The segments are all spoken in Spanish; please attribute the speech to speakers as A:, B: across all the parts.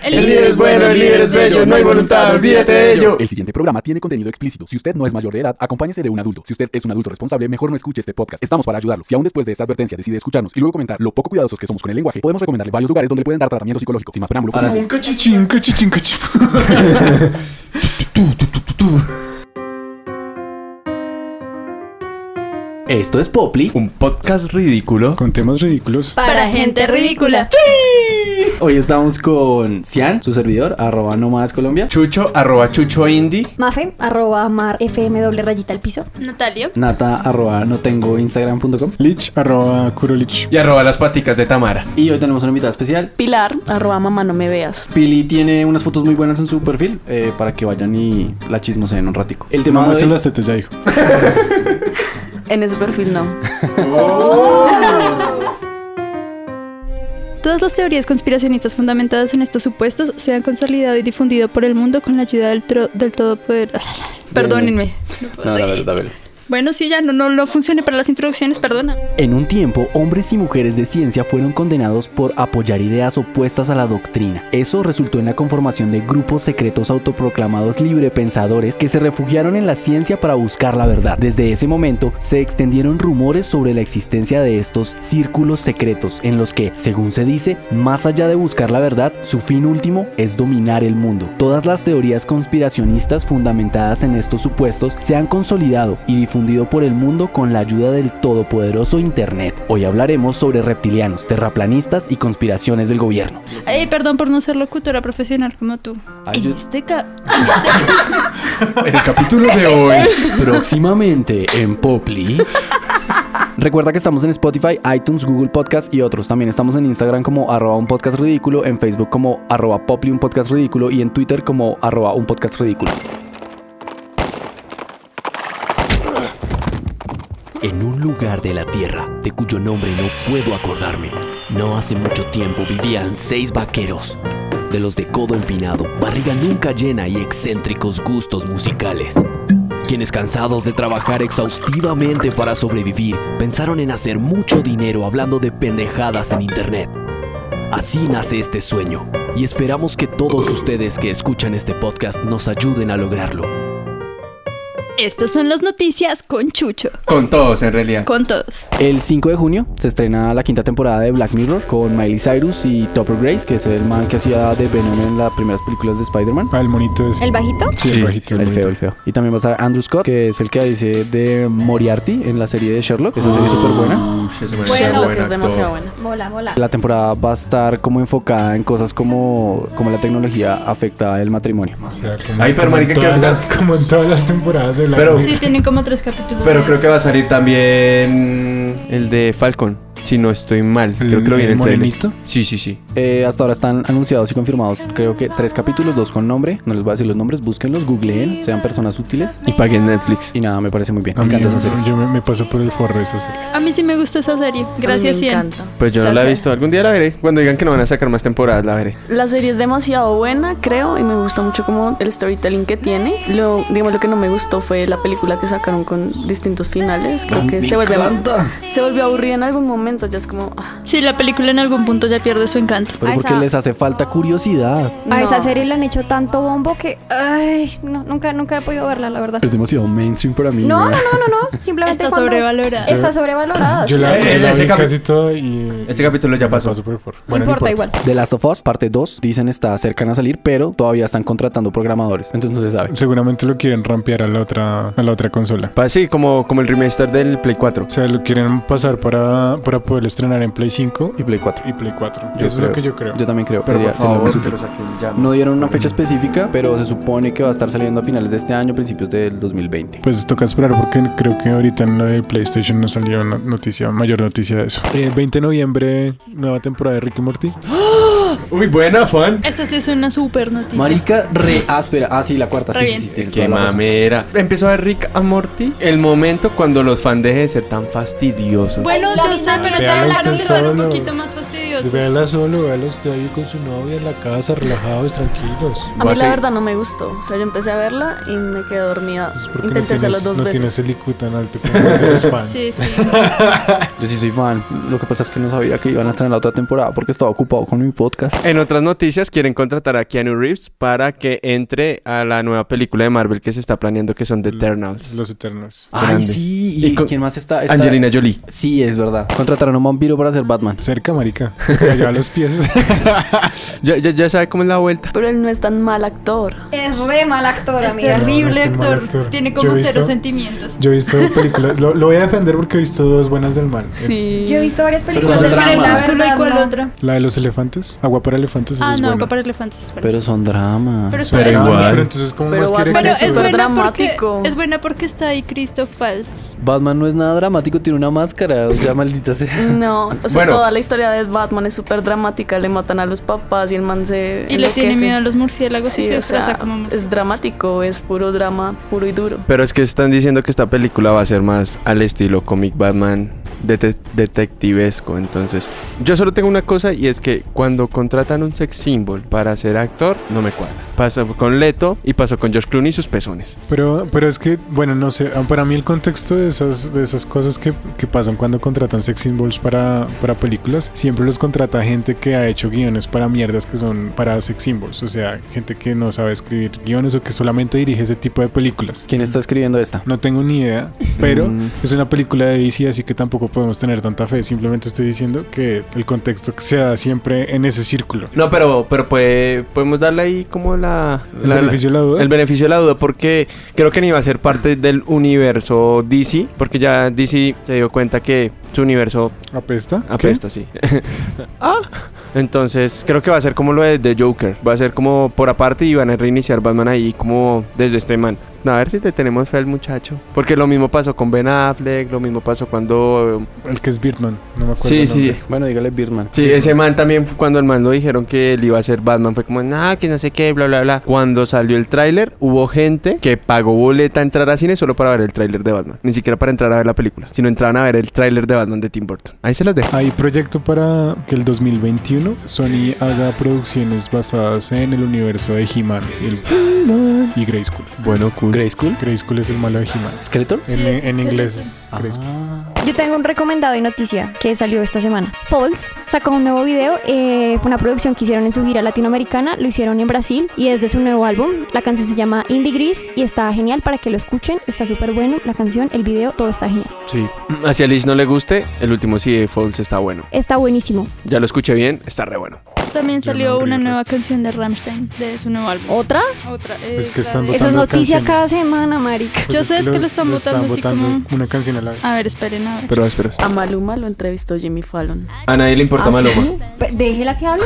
A: El líder es bueno, el líder es bello, no hay voluntad, olvídate de ello.
B: El siguiente programa tiene contenido explícito. Si usted no es mayor de edad, acompáñese de un adulto. Si usted es un adulto responsable, mejor no escuche este podcast. Estamos para ayudarlo. Si aún después de esta advertencia decide escucharnos y luego comentar lo poco cuidadosos que somos con el lenguaje, podemos recomendarle varios lugares donde le pueden dar tratamiento psicológico. Sin más preámbulo,
A: Ahora
B: comience.
A: sí.
C: Un cachichín, cachichín, cachip. Tu, tu, tu, tu, tu.
D: Esto es Poply, un podcast ridículo.
C: Con temas ridículos.
A: Para gente ridícula.
D: Hoy estamos con Cian, su servidor, arroba nomás Colombia,
E: Chucho, arroba Chucho Indie.
F: Mafe, arroba mar fmw rayita al piso.
A: Natalia.
D: nata, arroba no tengo instagram.com.
C: Lich, arroba curolich.
E: Y arroba las paticas de Tamara.
D: Y hoy tenemos una invitada especial.
G: Pilar, arroba mamá no me veas.
D: Pili tiene unas fotos muy buenas en su perfil eh, para que vayan y la chismoseen un ratico. El tema
C: No
D: de
C: muestras
D: hoy-
C: las tetas, ya dijo.
G: En ese perfil no.
H: Todas las teorías conspiracionistas fundamentadas en estos supuestos se han consolidado y difundido por el mundo con la ayuda del, tro- del todopoder. Perdónenme.
D: No, la verdad, la verdad.
H: Bueno, sí, ya no, no, no funciona para las introducciones, perdona.
D: En un tiempo, hombres y mujeres de ciencia fueron condenados por apoyar ideas opuestas a la doctrina. Eso resultó en la conformación de grupos secretos autoproclamados librepensadores que se refugiaron en la ciencia para buscar la verdad. Desde ese momento, se extendieron rumores sobre la existencia de estos círculos secretos en los que, según se dice, más allá de buscar la verdad, su fin último es dominar el mundo. Todas las teorías conspiracionistas fundamentadas en estos supuestos se han consolidado y difundido por el mundo con la ayuda del todopoderoso Internet. Hoy hablaremos sobre reptilianos, terraplanistas y conspiraciones del gobierno.
H: Ay, perdón por no ser locutora profesional como tú.
D: Ay,
H: en
D: yo-
H: este ca-
E: En el capítulo de hoy.
D: Próximamente en Poply. Recuerda que estamos en Spotify, iTunes, Google Podcast y otros. También estamos en Instagram como arroba un podcast ridículo, en Facebook como arroba Poply un podcast ridículo y en Twitter como arroba un podcast ridículo.
I: En un lugar de la Tierra, de cuyo nombre no puedo acordarme, no hace mucho tiempo vivían seis vaqueros, de los de codo empinado, barriga nunca llena y excéntricos gustos musicales, quienes cansados de trabajar exhaustivamente para sobrevivir, pensaron en hacer mucho dinero hablando de pendejadas en Internet. Así nace este sueño, y esperamos que todos ustedes que escuchan este podcast nos ayuden a lograrlo.
H: Estas son las noticias con Chucho.
E: Con todos, en realidad.
H: Con todos.
D: El 5 de junio se estrena la quinta temporada de Black Mirror con Miley Cyrus y Topper Grace, que es el man que hacía de Venom en las primeras películas de Spider-Man.
C: Ah, el monito es.
F: ¿El bajito?
C: Sí, el
E: Sí,
C: bajito.
D: El
C: monito.
D: feo, el feo. Y también va a estar Andrew Scott, que es el que dice de Moriarty en la serie de Sherlock. Esa serie es súper buena.
E: Ush, ese man
G: Bueno,
E: buen
G: que es
E: actor.
G: demasiado bueno.
F: Mola, mola.
D: La temporada va a estar como enfocada en cosas como, como la tecnología afecta el matrimonio.
C: O sea, como,
E: Ay, pero
C: como en
E: marica,
C: todas
E: que
C: las- como en todas las temporadas de la
E: Pero-
H: Sí, tienen como tres capítulos.
E: Pero
H: de
E: creo
H: eso.
E: que va a salir también el de Falcon. Si no estoy mal. Creo que lo vi en el trailer.
C: morenito.
E: Sí, sí, sí.
D: Eh, hasta ahora están anunciados y confirmados, creo que tres capítulos, dos con nombre. No les voy a decir los nombres, búsquenlos, googleen, sean personas útiles.
E: Y pagué en Netflix.
D: Y nada, me parece muy bien.
C: A
D: Me
C: mí,
D: encanta esa serie.
C: yo me, me paso por el forro esa serie.
H: A mí sí me gusta esa serie. Gracias,
G: A mí me
H: Ian.
G: encanta.
E: Pues yo
H: O sea,
E: no la he
H: sí.
E: visto. Algún día la veré. Cuando digan que no van a sacar más temporadas, la veré.
G: La serie es demasiado buena, creo, y me gusta mucho como el storytelling que tiene. Lo, digamos, lo que no me gustó fue la película que sacaron con distintos finales. Creo que se volvió, se volvió aburrida en algún momento, ya es como... ah,
H: Sí, la película en algún punto ya pierde su encanto.
D: Pero
F: Ah,
D: porque
F: esa-
D: les hace falta curiosidad.
F: A
G: no.
F: esa serie le han hecho tanto bombo que. Ay, no, nunca, nunca he podido verla, la verdad.
D: Es demasiado mainstream para mí.
F: No, no,
D: güey.
F: no, no, no. Simplemente.
H: Está
F: cuando-
H: sobrevalorada.
F: Está sobrevalorada.
C: Yo
F: sí.
C: la, yo
E: Eh,
C: la
E: ese
C: vi
E: capi-
C: casi toda y.
E: Este capítulo ya
C: me
E: pasó.
C: paso por el forro.
F: No
C: Bueno, no
F: importa, igual.
D: The Last of Us, parte 2, dicen está cercana a salir, pero todavía están contratando programadores. Entonces no se sabe.
C: Seguramente lo quieren rampear a la otra, a la otra consola.
E: Pa- Sí, como, como el remaster del Play 4.
C: O sea, lo quieren pasar para, para poder estrenar en Play 5
D: Y Play 4.
C: y Play 4.
D: Yo
C: Eso es
D: creo-
C: lo que yo creo.
D: Yo también creo.
E: Pero
D: Sería-
E: por
D: se lo
E: favor,
D: supe.
E: que lo saquen ya.
D: No dieron una fecha específica, pero se supone que va a estar saliendo a finales de este año, principios del 2020.
C: Pues toca esperar porque creo que ahorita en lo de PlayStation no salió no- noticia, mayor noticia de eso. Eh, 20 de noviembre, nueva temporada de Ricky Morty.
E: Uy, buena, fan.
H: Esa sí es una super noticia.
D: Marica re áspera. Ah, sí, la cuarta. Sí,
H: Re
D: sí,
H: bien.
D: sí, tiene
E: Qué
D: toda la razón.
E: mamera. Empezó a ver Rick a Morty el momento cuando los fans dejen de ser tan fastidiosos.
H: Bueno,
F: La
H: yo sé,
F: misma-
H: pero
C: Véalo
H: ya hablaron de
C: usted
H: ser un
C: solo.
H: poquito más fastidiosos.
C: Véala solo, véala usted ahí con su novia en la casa, relajados, tranquilos.
G: A
E: Va a
G: mí la
E: seguir.
G: verdad no me gustó. O sea, yo empecé a verla y me quedé dormida.
C: Es Pues porque
G: Intenté
C: no
G: hacerlo
C: tienes,
G: dos
C: no tienes
G: veces.
C: el IQ tan alto como el de los fans.
H: Sí, sí.
D: Yo sí soy fan. Lo que pasa es que no sabía que iban a estar en la otra temporada porque estaba ocupado con mi podcast.
E: En otras noticias, quieren contratar a Keanu Reeves para que entre a la nueva película de Marvel que se está planeando, que son The Eternals.
C: Los Eternos.
D: Ay,
E: Grande.
D: sí. ¿Y,
E: Y con-
D: quién más está? Está-
E: Angelina Jolie.
D: Sí, es verdad. Contrataron a un vampiro para ser Batman.
C: Cerca, marica. Me Cayó a los pies.
E: Ya, ya, ya sabe cómo es la vuelta.
G: Pero él no es tan mal actor.
F: Es re mal actor,
H: Es
F: amiga.
H: terrible,
C: No, no es tan mal
H: actor.
C: actor.
H: Este Tiene
C: Yo
H: como
C: he
H: cero
C: visto-
H: sentimientos.
C: Yo he visto películas. Lo, lo voy a defender porque he visto dos buenas del man.
G: Sí.
F: Yo he visto varias películas
D: son
H: ¿Cuál del
F: pero la
D: dramas.
H: crepúsculo y
F: verdad
H: cuál
F: no.
H: otra?
C: La de los elefantes. Agua para elefantes.
H: Ah,
C: esa es
H: no,
C: buena.
H: Papá Elefantes es buena.
D: Pero son drama.
H: Pero es
C: Pero,
H: buena.
C: igual.
E: igual.
C: pero entonces, ¿cómo
G: Pero
C: más quiere
G: Batman
H: Bueno,
C: que
H: es
C: sea?
G: súper
H: buena, porque,
G: dramático.
H: es buena porque está ahí Christoph Waltz.
D: Batman no es nada dramático, tiene una máscara. O sea, maldita sea.
G: No, o sea,
E: Bueno.
G: toda la historia de Batman es súper dramática. Le matan a los papás y el man se.
H: Y le tiene
G: enloquece.
H: miedo a los murciélagos y
G: Sí,
H: se
G: o
H: disfraza
G: sea,
H: como murciélago.
G: es dramático, es puro drama, puro y duro.
E: Pero es que están diciendo que esta película va a ser más al estilo comic Batman dete- detectivesco. Entonces, yo solo tengo una cosa y es que cuando contratan un sex symbol para ser actor, no me cuadra. Pasó con Leto y pasó con George Clooney y sus pezones.
C: Pero, pero es que, bueno, no sé. ah, Para mí, el contexto de esas, de esas cosas que, que pasan cuando contratan sex symbols para, para películas, siempre los contrata gente que ha hecho guiones para mierdas que son para sex symbols. O sea, gente que no sabe escribir guiones o que solamente dirige ese tipo de películas.
D: ¿Quién está escribiendo esta?
C: No tengo ni idea, pero
E: Mm.
C: es una película de DC, así que tampoco podemos tener tanta fe. Simplemente estoy diciendo que el contexto se da siempre en ese círculo.
E: No, pero, pero puede- podemos darle ahí como la...
C: El
E: la- la-
C: beneficio de la duda.
E: El beneficio de la duda porque creo que ni va a ser parte del universo DC, porque ya DC se dio cuenta que su universo
C: ¿Apesta? ¿Qué?
E: apesta, pues, sí. Ah. Entonces creo que va a ser como lo de, The Joker, va a ser como por aparte y van a reiniciar Batman ahí como desde este man. A ver si te tenemos fe al muchacho, porque lo mismo pasó con Ben Affleck, lo mismo pasó cuando...
C: El que es Birdman, no me acuerdo.
E: Sí,
C: el
E: sí,
C: nombre.
D: Bueno, dígale Birdman.
E: Sí, ese man también, fue- cuando el man lo dijeron que él iba a ser Batman, fue como, nah, que no sé qué, bla, bla, bla. Cuando salió el tráiler, hubo gente que pagó boleta a entrar a cine solo para ver el tráiler de Batman. Ni siquiera para entrar a ver la película, sino entraban a ver el tráiler de Batman de Tim Burton. Ahí se las dejo.
C: Hay proyecto para que el 2021 Sony haga producciones basadas en el universo de He-Man y, el- y Grayskull.
E: Bueno, cool.
D: ¿Grey School?
C: Grayskull es el malo de He-Man.
D: ¿Skeletor?
H: Sí,
C: En,
H: ese es
C: en inglés
H: Grayskull.
C: es
E: Ah.
C: Grayskull.
F: Yo tengo un recomendado y noticia que salió esta semana. Pauls sacó un nuevo video, eh, fue una producción que hicieron en su gira latinoamericana, lo hicieron en Brasil y es de su nuevo álbum. La canción se llama Indie Gris y está genial para que lo escuchen, está súper bueno la canción, el video, todo está genial.
E: Sí. Así a Liz no le guste, el último sí de Falls está bueno.
F: Está buenísimo.
E: Ya lo escuché bien, está re bueno.
H: También
C: Yo no
H: salió
C: abrí
H: una
C: el
H: nueva
C: resto.
H: canción de Rammstein, de su nuevo álbum.
F: ¿Otra?
H: Otra.
C: Es que
H: esa
C: están
H: de-
F: Eso es
C: Votando Pues
F: noticia
C: canciones.
F: cada semana, marica.
H: Yo sé, es que lo están votando así como-
C: una canción a la vez.
H: A ver, esperen a ver.
E: Pero espero.
G: A Maluma lo entrevistó Jimmy Fallon.
E: A nadie le
F: ¿Ah,
E: importa Maloma.
F: Pe- Pues, Déjela que hable,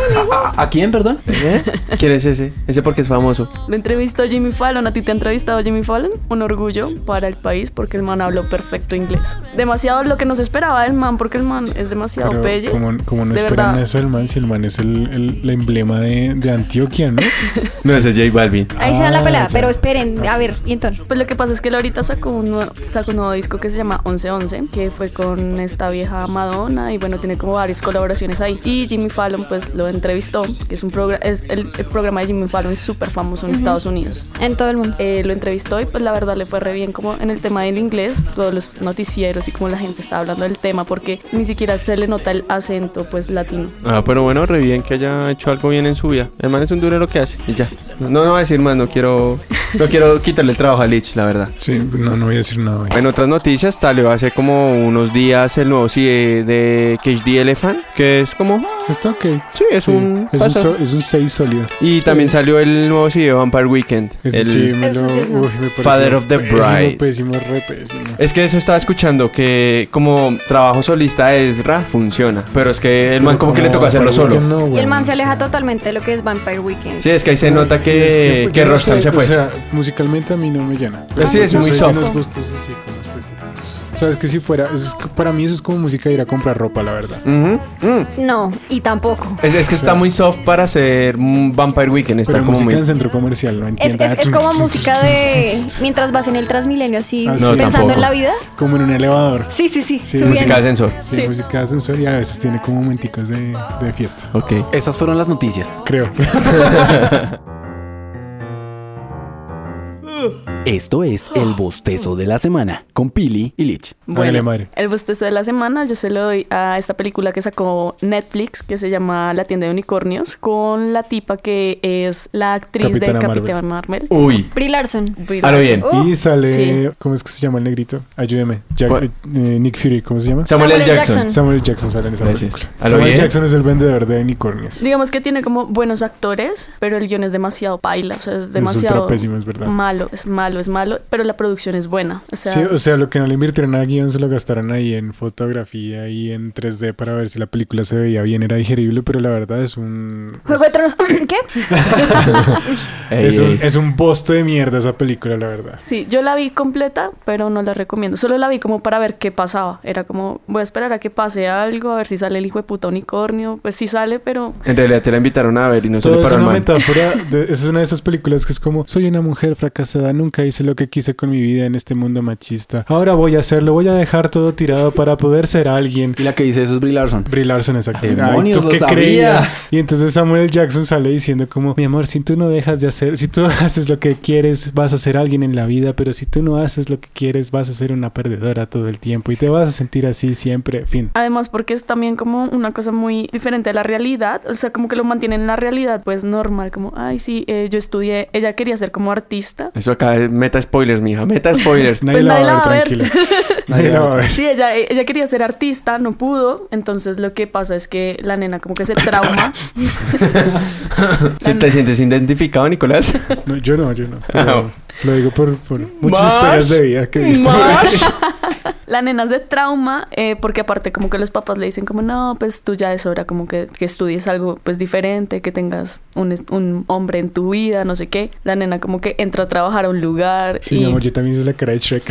D: ¿A quién, perdón?
E: ¿Eh? ¿Quién es ese? Ese porque es famoso.
G: Lo entrevistó Jimmy Fallon. ¿A ti te ha entrevistado Jimmy Fallon? Un orgullo para el país porque el man habló perfecto inglés. Demasiado lo que nos esperaba del man porque el man es demasiado
C: Pero
G: pelle.
C: como, como no
G: de
C: esperan
G: verdad.
C: eso del man, si el man es el, el- el emblema de, de Antioquia, ¿no?
E: No, ese es J Balvin.
F: Ahí se da la
C: Ah,
F: pelea,
C: ya.
F: pero esperen, a ver, y entonces.
G: Pues lo que pasa es que él ahorita sacó un, nue- sacó un nuevo disco que se llama 1111, que fue con esta vieja Madonna y bueno, tiene como varias colaboraciones ahí. Y Jimmy Fallon pues lo entrevistó, que es un programa, es el, el programa de Jimmy Fallon es súper famoso en Estados Unidos.
F: En todo el mundo.
G: Eh, lo entrevistó y pues la verdad le fue re bien como en el tema del inglés, todos los noticieros y como la gente está hablando del tema porque ni siquiera se le nota el acento pues latino.
E: Ah, pero bueno, re bien que haya hecho algo bien en su vida. El man es un duro en lo que hace. Y ya. No, no voy a decir más, no quiero. No quiero quitarle el trabajo a Lich, la verdad.
C: Sí, no, no voy a decir nada. hoy.
E: En otras noticias, salió hace como unos días el nuevo CD de Cage the Elephant, que es como.
C: Está ok.
E: Sí, es
C: Sí,
E: un.
C: es, un
E: pasa.
C: so- es un 6 sólido.
E: y también salió el nuevo CD de Vampire Weekend.
C: Ese
E: el-
C: sí me lo.
F: Eso sí es no.
C: uy, me pareció
E: Father of the
C: pésimo,
E: Bride.
C: Pésimo, re pésimo.
E: Es que eso estaba escuchando, que como trabajo solista de Ezra funciona. Pero es que el man como que le tocó hacerlo
C: Vampire
E: solo.
C: Weekend no,
F: Y el
C: weón,
F: man se
C: o sea.
F: aleja totalmente de lo que es Vampire Weekend.
E: Sí, es que ahí se nota
C: Y es
E: que, que
C: yo no
E: Rostam
C: sé,
E: se fue.
C: O sea, musicalmente a mí no me llena.
E: Pues sí, es
C: Yo
E: muy
C: soy de
E: soft.
C: unos gustos así como específicos. Sabes que si fuera, eso es que para mí eso es como música de ir a comprar ropa, la verdad.
E: Ujú, mm.
F: No, y tampoco.
E: Es, es que está muy soft para ser un Vampire Weekend. Está
C: Pero
E: como
C: música
E: muy.
C: en centro comercial, no
F: Es,
C: entiendo.
F: es, es como música de mientras vas en el Transmilenio así
C: Ah, sí.
E: No,
F: pensando
E: tampoco.
F: en la vida.
C: Como en un elevador.
F: Sí, sí, sí.
C: Sí,
F: subiendo.
E: Música de ascensor.
C: Sí, música de ascensor y a veces tiene como momenticos de, de fiesta,
E: Ok.
D: Esas fueron las noticias.
C: creo.
D: Esto es
H: Ah.
D: El Bostezo de la Semana con Pili y Lich.
C: Hágale,
G: Bueno,
C: madre.
G: el bostezo de la semana yo se lo doy a esta película que sacó Netflix que se llama La tienda de unicornios con la tipa que es la actriz
C: Capitana
G: de
C: Marvel.
G: Capitán Marvel.
A: Uy,
F: Brie Larson.
G: Brie
A: a lo
G: Larson.
A: bien.
F: Uh,
C: y sale,
G: sí.
C: ¿cómo es que se llama el negrito? Ayúdeme. Jack-
E: ¿Cuál?
C: eh, eh, Nick Fury, ¿cómo se llama?
A: Samuel L. Jackson.
C: Samuel Jackson sale en esa
E: Gracias.
C: película.
A: A lo
C: Samuel
A: bien.
C: Jackson es el vendedor de unicornios.
G: Digamos que tiene como buenos actores, pero el guión es demasiado paila, o sea, es
C: Es
G: demasiado
C: ultra pésimo, es verdad.
G: malo, es malo, es malo, pero la producción es buena. O sea,
C: Sí, o sea, lo que no le invirtieron a guión se lo gastaron ahí en fotografía y en 3D para ver si la película se veía bien, era digerible, pero la verdad es un...
F: Juego de Tronos. ¿Qué?
E: Ey,
C: es, un,
E: ey.
C: es un posto de mierda esa película, la verdad.
G: Sí, yo la vi completa, pero no la recomiendo. Solo la vi como para ver qué pasaba. Era como, voy a esperar a que pase algo, a ver si sale el hijo de puta unicornio. Pues sí sale, pero
E: En realidad te la invitaron a ver y no se le
C: Todo es
E: paró el
C: una
E: man.
C: metáfora, de- es una de esas películas que es como, soy una mujer fracasada, nunca hice lo que quise con mi vida en este mundo machista, ahora voy a hacerlo, voy a dejar todo tirado para poder ser alguien.
D: Y la que dice eso es Brie Larson.
C: Brie Larson, exacto.
D: ¡Demonios, lo sabía!
C: Y entonces Samuel Jackson sale diciendo como, mi amor, si tú no dejas de hacer, si tú haces lo que quieres, vas a ser alguien en la vida, pero si tú no haces lo que quieres, vas a ser una perdedora todo el tiempo y te vas a sentir así siempre, fin.
G: además porque es también como una cosa muy diferente a la realidad. O sea, como que lo mantienen en la realidad, pues normal, como, ay, sí, eh, yo estudié, ella quería ser como artista.
E: Eso acá es meta spoilers, mija. Meta spoilers.
C: Nadie
G: Pues
C: la
G: nadie
C: va a ver, tranquila. Nadie la va a ver.
G: Sí, ella, eh, ella quería ser artista, no pudo. Entonces lo que pasa es que la nena como que se trauma.
E: ¿Se- ¿Te sientes identificado, Nicolás?
C: No, yo no, yo no.
E: Ah.
C: pero Lo digo por, por muchas
E: Marsh.
C: historias de vida que he visto.
G: La nena es de trauma eh, porque aparte como que los papás le dicen como no, pues tú ya es hora como que, que estudies algo pues diferente, que tengas un, es- un hombre en tu vida, no sé qué. La nena como que entra a trabajar a un lugar
C: Sí,
G: y...
C: mi amor, yo también hice la cara de Shrek.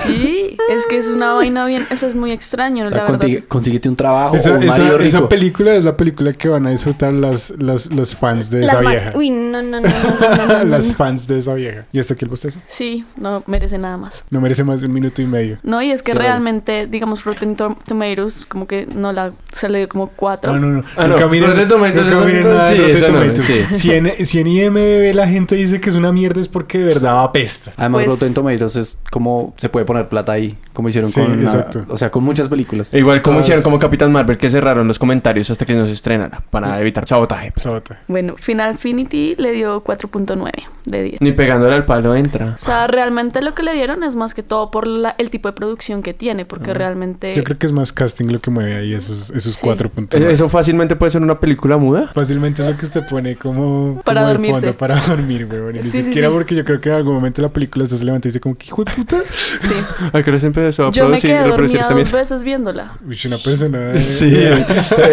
G: Sí, es que es una vaina bien, eso es muy extraño,
D: O sea,
G: la verdad.
D: conti- consíguete un trabajo o
C: esa,
D: un
C: esa-
D: marido
C: esa
D: rico.
C: película es la película que van a disfrutar las, las, los fans de
F: Las
C: esa
F: ma-
C: vieja.
F: Uy, no, no, no, no, no, no, no.
C: las fans de esa vieja. Y hasta aquí el bostezo.
G: Sí, no merece nada más.
C: No merece más de un minuto y medio.
G: No, y es que
D: Sí,
G: realmente, digamos, Rotten Tom- Tomatoes, como que no la, se le dio como cuatro.
C: No, no, no.
E: Ah, no.
C: nunca miren,
E: Rotten Tomatoes
C: nunca
E: es un-
C: miren nada
E: sí,
C: de Rotten
E: eso no,
C: Tomatoes.
E: sí.
C: Si, en, si en IMDb la gente dice que es una mierda es porque de verdad apesta.
D: Además,
G: Pues-
D: Rotten Tomatoes es como se puede poner plata ahí, como hicieron
C: Sí,
D: con. la-
C: exacto.
D: o sea, con muchas películas.
E: Igual como
C: Todas-
E: hicieron como Capitán Marvel que cerraron los comentarios hasta que no se estrenara para evitar sabotaje.
C: Sabota.
G: Bueno, Final Finity le dio 4.9 de 10.
E: Ni pegándole al palo entra.
G: O
C: Ah.
G: sea, realmente lo que le dieron es más que todo por la- el tipo de producción que tiene, porque realmente...
C: Yo creo que es más casting lo que mueve ahí esos, esos
G: Sí.
C: cuatro puntos.
E: Eh. ¿Eso fácilmente puede ser una película muda?
C: Fácilmente es lo que usted pone como,
G: Para
C: como de
G: dormirse.
C: fondo para dormir, güey. Ni
G: Sí, sí,
C: siquiera
G: sí.
C: porque yo creo que en algún momento la película usted se levanta y dice como que hijo de puta.
G: Sí.
E: ¿A qué hora se empezó a
G: Yo me
E: producir,
G: quedé
E: reproducir
G: dormida
E: esta
G: dos
E: mierda?
G: veces viéndola.
C: Uy, una persona. eh,
E: Sí,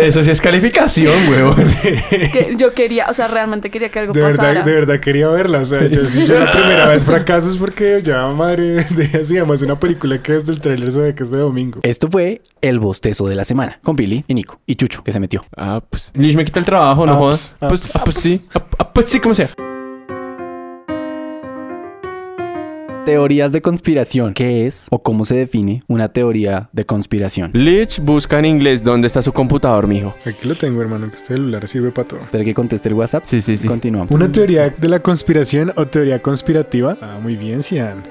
E: eso sí es calificación, huevón.
G: Que yo quería, o sea, realmente quería que algo
C: De
G: pasara.
C: verdad, de verdad quería verla. O sea, yo, si yo la primera vez fracaso es porque ya madre, de así además una película que desde el tráiler se ve que es de domingo.
D: Esto fue El Bostezo de la Semana con Pili y Nico y Chucho, que se metió.
E: Ah, pues. Lish me quita el trabajo, no
C: Ah,
E: jodas.
C: pues, ah,
E: Pues,
C: pues,
E: ah, pues sí. Ah, ah, pues sí, como sea.
D: Teorías de conspiración. ¿Qué es o cómo se define una teoría de conspiración?
E: Lich busca en inglés dónde está su computador, mijo.
C: Aquí lo tengo, hermano, que este celular sirve para todo.
D: Espera que conteste el WhatsApp.
E: Sí, sí, sí.
D: Continuamos.
C: Una teoría de la conspiración o teoría conspirativa, ah, muy bien, Cian,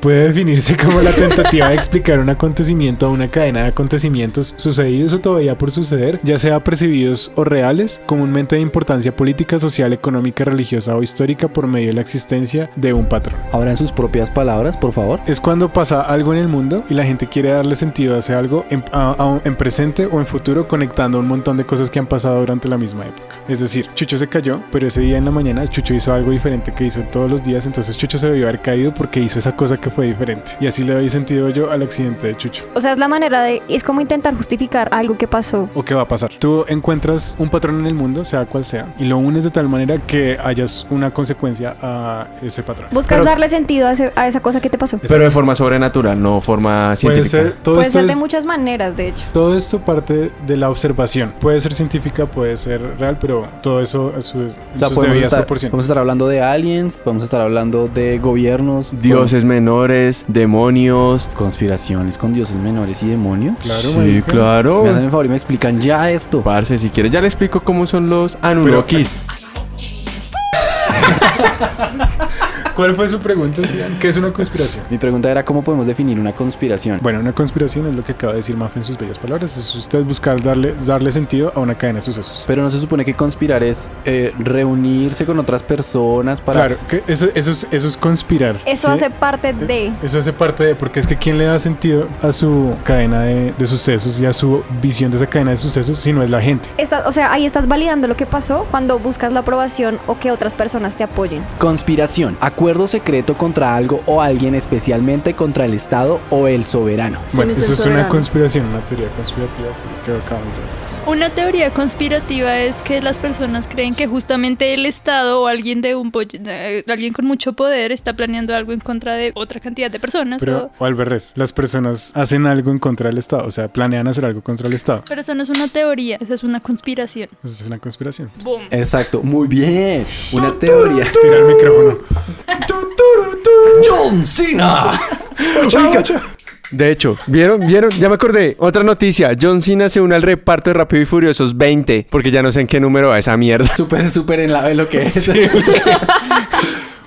C: puede definirse como la tentativa de explicar un acontecimiento a una cadena de acontecimientos sucedidos o todavía por suceder, ya sea percibidos o reales, comúnmente de importancia política, social, económica, religiosa o histórica por medio de la existencia de un patrón.
D: Ahora en sus propias palabras, por favor.
C: Es cuando pasa algo en el mundo y la gente quiere darle sentido a ese algo en, a- a un- en presente o en futuro conectando un montón de cosas que han pasado durante la misma época. Es decir, Chucho se cayó, pero ese día en la mañana Chucho hizo algo diferente que hizo todos los días, entonces Chucho se debió haber caído porque hizo esa cosa que fue diferente. Y así le doy sentido yo al accidente de Chucho.
F: O sea, es la manera de. Es como intentar justificar algo que pasó.
C: ¿O qué va a pasar? Tú encuentras un patrón en el mundo, sea cual sea, y lo unes de tal manera que hayas una consecuencia a ese patrón.
F: Buscas
E: Pero-
F: darle sentido a, ese- a esa cosa que te pasó.
E: Pero de forma sobrenatural, no forma
C: Puede
E: científica.
C: ser, todo
F: Puede
C: esto
F: ser de
C: es-
F: muchas maneras, de hecho.
C: Todo esto parte de la observación. Puede ser científica, puede ser real, pero todo eso a su, en
D: O sea,
C: sus
D: podemos
C: debidas
D: estar, podemos
C: proporciones.
D: estar hablando de aliens, podemos estar hablando de gobiernos,
E: Dioses menores, demonios.
D: podemos- conspiraciones con dioses menores y demonios.
C: Claro,
E: sí,
C: marica.
E: claro.
C: Oh.
D: Me hacen el favor y me explican ya esto.
E: Parce, si quieres ya le eh, explico cómo son los Anunnakis.
C: ¿Cuál fue su pregunta, Sian? ¿Qué es una conspiración?
D: Mi pregunta era cómo podemos definir una conspiración.
C: Bueno, una conspiración es lo que acaba de decir Maf en sus bellas palabras. Es usted buscar darle, darle sentido a una cadena de sucesos.
D: Pero no se supone que conspirar es eh, reunirse con otras personas para...
C: Claro, que eso, eso, es, eso es conspirar.
F: Eso
C: ¿sí?
F: hace parte de.
C: Eso hace parte de, porque es que quién le da sentido a su cadena de, de sucesos y a su visión de esa cadena de sucesos si no es la gente.
F: Estás- o sea, ahí estás validando lo que pasó cuando buscas la aprobación o que otras personas te apoyen.
D: Conspiración. Acuerdo secreto contra algo o alguien, especialmente contra el Estado o el soberano.
C: Bueno,
G: es
C: eso
G: el
C: es una
G: soberano?
C: conspiración, una teoría conspirativa que acabamos de
H: Una teoría conspirativa es que las personas creen que justamente el Estado o alguien de un po- de- alguien con mucho poder está planeando algo en contra de otra cantidad de personas.
C: Pero,
H: o-
C: o al revés, las personas hacen algo en contra del Estado, o sea, planean hacer algo contra el Estado.
H: pero eso no es una teoría, esa es una conspiración.
C: Eso es una conspiración.
H: Boom.
D: Exacto, muy bien. Una teoría.
C: Tira el micrófono.
D: John Cena.
E: De hecho, ¿vieron? ¿Vieron? Ya me acordé. Otra noticia. John Cena se une al reparto de Rápido y Furiosos 20. Porque ya no sé en qué número va esa mierda.
D: Súper, súper en la de lo que es.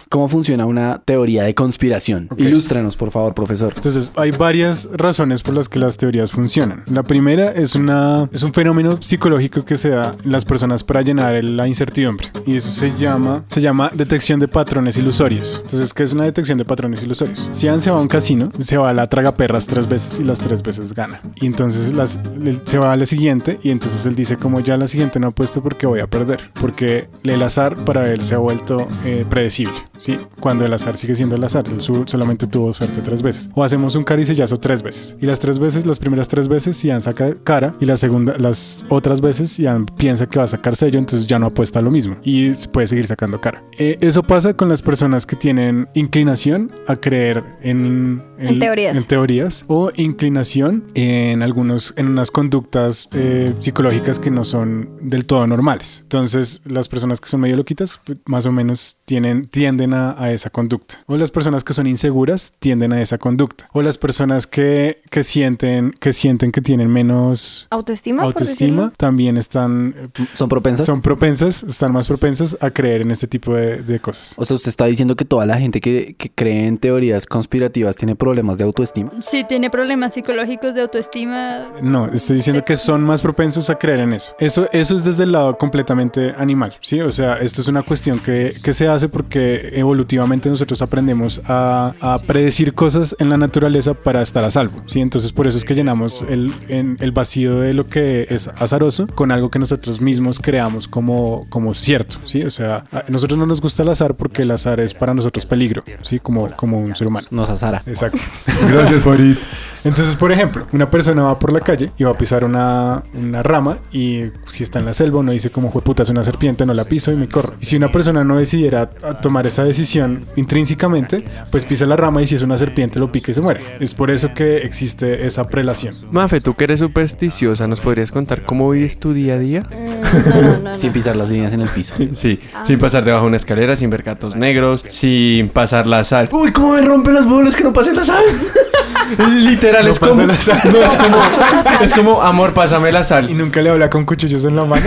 D: ¿Cómo funciona una teoría de conspiración? Ilústranos, por favor, profesor.
C: Entonces, hay varias razones por las que las teorías funcionan. La primera es, una, es un fenómeno psicológico que se da en las personas para llenar el- la incertidumbre. Y eso se llama, se llama detección de patrones ilusorios. Entonces, ¿qué es una detección de patrones ilusorios? Si Anne se va a un casino, se va a la traga perras tres veces y las tres veces gana. Y entonces las, él se va a la siguiente y entonces él dice como ya la siguiente no apuesto porque voy a perder. Porque el azar para él se ha vuelto eh, predecible. ¿sí? Cuando el azar sigue siendo el azar. Él su- solamente tuvo suerte tres veces. O hacemos un caricellazo tres veces. Y las tres veces, las primeras tres veces, Ian saca cara. Y la segunda, las otras veces, Ian piensa que va a sacar sello. Entonces ya no apuesta a lo mismo. Y s- puede seguir sacando cara. Eh, eso pasa con las personas que tienen inclinación a creer en,
F: En teorías.
C: teorías o inclinación en algunos en unas conductas eh, psicológicas que no son del todo normales entonces las personas que son medio loquitas pues, más o menos tienen tienden a, a esa conducta o las personas que son inseguras tienden a esa conducta o las personas que, que sienten que sienten que tienen menos
F: Autoestima. por
C: autoestima
F: decirlo.
C: también están eh,
D: ¿Son propensas?
C: son propensas están más propensas a creer en este tipo de, de cosas
D: O sea, usted está diciendo que toda la gente que, que cree en teorías conspirativas tiene problemas de autoestima.
H: Sí, tiene problemas psicológicos de autoestima.
C: No, estoy diciendo que son más propensos a creer en eso. Eso, eso es desde el lado completamente animal, ¿sí? O sea, esto es una cuestión que, que se hace porque evolutivamente nosotros aprendemos a, a predecir cosas en la naturaleza para estar a salvo, ¿sí? Entonces por eso es que llenamos el, en- el vacío de lo que es azaroso con algo que nosotros mismos creamos como, como cierto, ¿sí? O sea, a nosotros no nos gusta el azar porque el azar es para nosotros peligro, ¿sí? Como, como un ser humano.
D: Nos azara.
C: Exacto. Gracias, Farid. Entonces, por ejemplo, una persona va por la calle y va a pisar una, una rama y si está en la selva uno dice como puta es una serpiente, no la piso y me corro. Y si una persona no decidiera a tomar esa decisión intrínsecamente, pues pisa la rama y si es una serpiente lo pica y se muere. Es por eso que existe esa prelación.
E: Mafe, tú que eres supersticiosa, ¿nos podrías contar cómo vives tu día a día?
G: Mm, No, no, no, no.
D: Sin pisar las líneas en el piso.
E: Sí, sin pasar debajo de una escalera, sin ver gatos negros, sin pasar la sal. Uy, cómo me rompen las bolas que no pasen la sal. Literal,
C: No
E: es,
C: pasa
E: como,
C: la sal.
E: no, es como. Es como, amor, pásame la
C: Y
E: sal.
C: nunca le habla con cuchillos en la mano.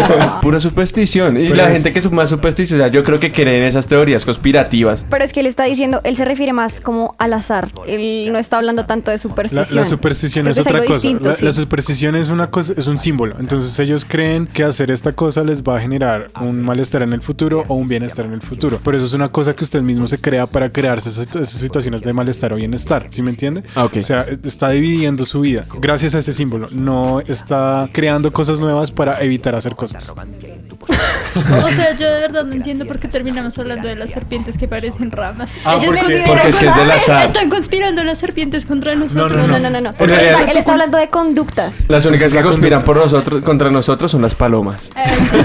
E: Pura superstición. Y
C: Pero
E: la
C: es-
E: gente que es más supersticiosa, yo creo que creen en esas teorías conspirativas.
F: Pero es que él está diciendo, él se refiere más como al azar. Él no está hablando tanto de
C: La,
F: superstición.
C: la superstición
F: Creo
C: es
F: que
C: otra
F: algo
C: cosa.
F: distinto,
C: la,
F: sí.
C: la superstición es una cosa, es un símbolo. Entonces ellos creen que hacer esta cosa les va a generar un malestar en el futuro o un bienestar en el futuro. Por eso es una cosa que usted mismo se crea para crearse esas, esas situaciones de malestar o bienestar. ¿Sí me entiende?
E: Ah, ok.
C: O sea, e-, está dividiendo su vida gracias a ese símbolo. No está creando cosas nuevas para evitar hacer cosas.
H: O sea, yo de verdad no entiendo por qué terminamos hablando de las serpientes que parecen ramas.
C: Ah, porque-
E: porque es que es del azar.
H: Están conspirando las serpientes contra nosotros.
F: No, no, no, no.
E: En
F: Él
E: realidad-
F: está, él está hablando de conductas.
E: Las únicas
C: es
E: que
C: la
E: conspiran por nosotros, contra nosotros son las palomas.
H: Eh, sí.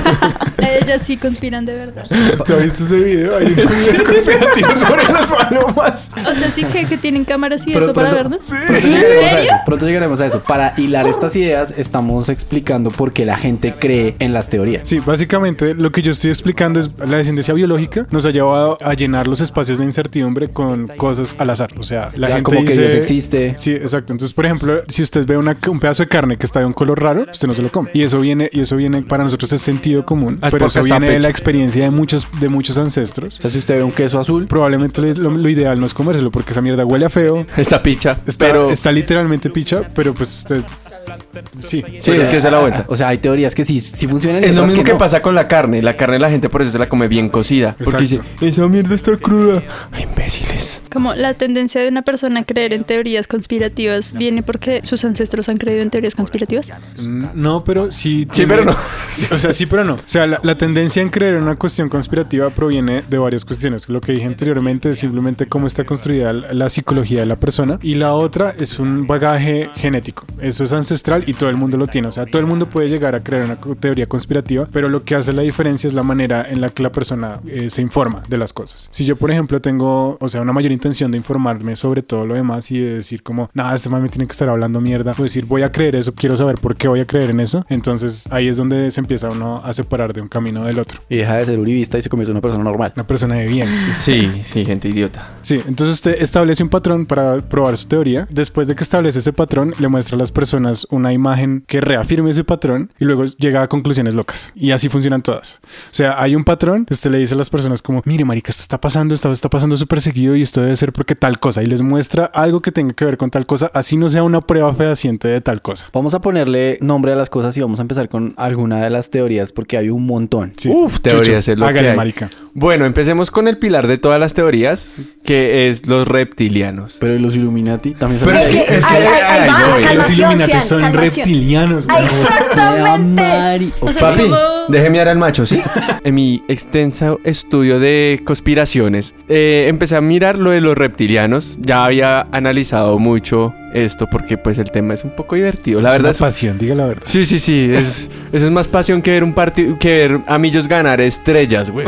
H: Ellas sí conspiran de verdad.
C: ¿Usted ha visto ese video? Hay un video conspirativo sobre las palomas.
H: O sea, sí que, que tienen cámaras y
C: Pero
H: eso para
C: pronto-
H: vernos.
C: Sí.
D: Pronto
H: ¿En
D: llegaremos a
H: serio?
D: eso. Pronto llegaremos a eso. Para hilar estas ideas, estamos explicando por qué la gente cree en las teorías.
C: Sí, básicamente lo que yo estoy explicando es la descendencia biológica nos ha llevado a llenar los espacios de incertidumbre con cosas al azar. O sea, la
D: O sea,
C: gente
D: como que
C: dice-
D: Dios existe.
C: Sí, exacto. Entonces, por ejemplo, si usted ve una- un pedazo de carne que está de un color raro, usted no se lo come. Y eso viene, y eso viene para nosotros es sentido común,
E: Ah, porque
C: pero eso
E: está
C: viene de
E: pecho.
C: la experiencia de muchos, de muchos ancestros.
D: O sea, si usted ve un queso azul,
C: Probablemente lo, lo ideal no es comérselo porque esa mierda huele a feo.
E: Esta picha.
C: Está,
E: pero.
C: está literalmente picha, pero pues usted. Sí.
E: Sí, es que esa es la vuelta.
D: pues, o sea, hay teorías que sí, sí funcionan. y
E: Es lo
D: otras
E: mismo que,
D: no.
E: pasa con la carne. La carne la gente por eso se la come bien cocida. Porque dice,
C: Exacto.
E: esa mierda está cruda. Ay, imbéciles.
H: Como la tendencia de una persona a creer en teorías conspirativas viene porque sus ancestros han creído en teorías conspirativas.
C: Mm, No, pero sí.
E: Ah. Sí, pero no.
C: Sí, o sea, sí, pero no. O sea, la, la tendencia en creer en una cuestión conspirativa proviene de varias cuestiones. Lo que dije anteriormente es simplemente cómo está construida la la psicología de la persona. Y la otra es un bagaje genético. Eso es ancestral y todo el mundo lo tiene. O sea, todo el mundo puede llegar a creer en una co- teoría conspirativa, pero lo que hace la diferencia es la manera en la que la persona eh, se informa de las cosas. Si yo, por ejemplo, tengo, o sea, una mayor intención de informarme sobre todo lo demás y de decir como, nada, este man me tiene que estar hablando mierda, o decir, voy a creer eso, quiero saber por qué voy a creer en eso, entonces ahí es donde se empieza uno a separar de un camino del otro.
D: Y deja de ser uribista y se convierte en una persona normal.
C: Una persona de bien.
E: Sí, sí, gente idiota.
C: Sí, entonces usted establece un patrón para probar su teoría. Después de que establece ese patrón, le muestra a las personas una imagen que reafirme ese patrón y luego llega a conclusiones locas. Y así funcionan todas. O sea, hay un patrón, usted le dice a las personas como, mire, marica, esto está pasando, esto está pasando súper seguido y esto debe ser porque tal cosa. Y les muestra algo que tenga que ver con tal cosa, así no sea una prueba fehaciente de tal cosa.
D: Vamos a ponerle nombre a las cosas y vamos a empezar con alguna de las teorías porque hay un montón.
C: Sí.
E: Uf, teoría
C: Chucho,
E: es lo que
C: hágale,
E: hay.
C: marica.
E: Bueno, empecemos con el pilar de todas las teorías, que es los reptilianos.
D: Pero ¿y los Illuminati también
E: Pero
D: salen
E: es
D: ahí?
E: que-
F: Ay, ay, ay,
E: Ay,
F: vamos,
E: no,
C: Los
F: calmación,
C: Illuminati
F: Cian,
C: son
F: calmación.
C: reptilianos.
F: Ay,
C: güey.
D: Sea
F: Exactamente.
D: Mari-
H: O sea,
E: Papi,
H: es como-
E: déjeme dar al macho, ¿sí? En mi extenso estudio de conspiraciones, eh, empecé a mirar lo de los reptilianos. Ya había analizado mucho esto porque pues el tema es un poco divertido. La
C: Es
E: verdad
C: una
E: es
C: pasión, diga la verdad.
E: Sí, sí, sí. es- eso es más pasión que ver un partido, que ver a Millos ganar estrellas, güey.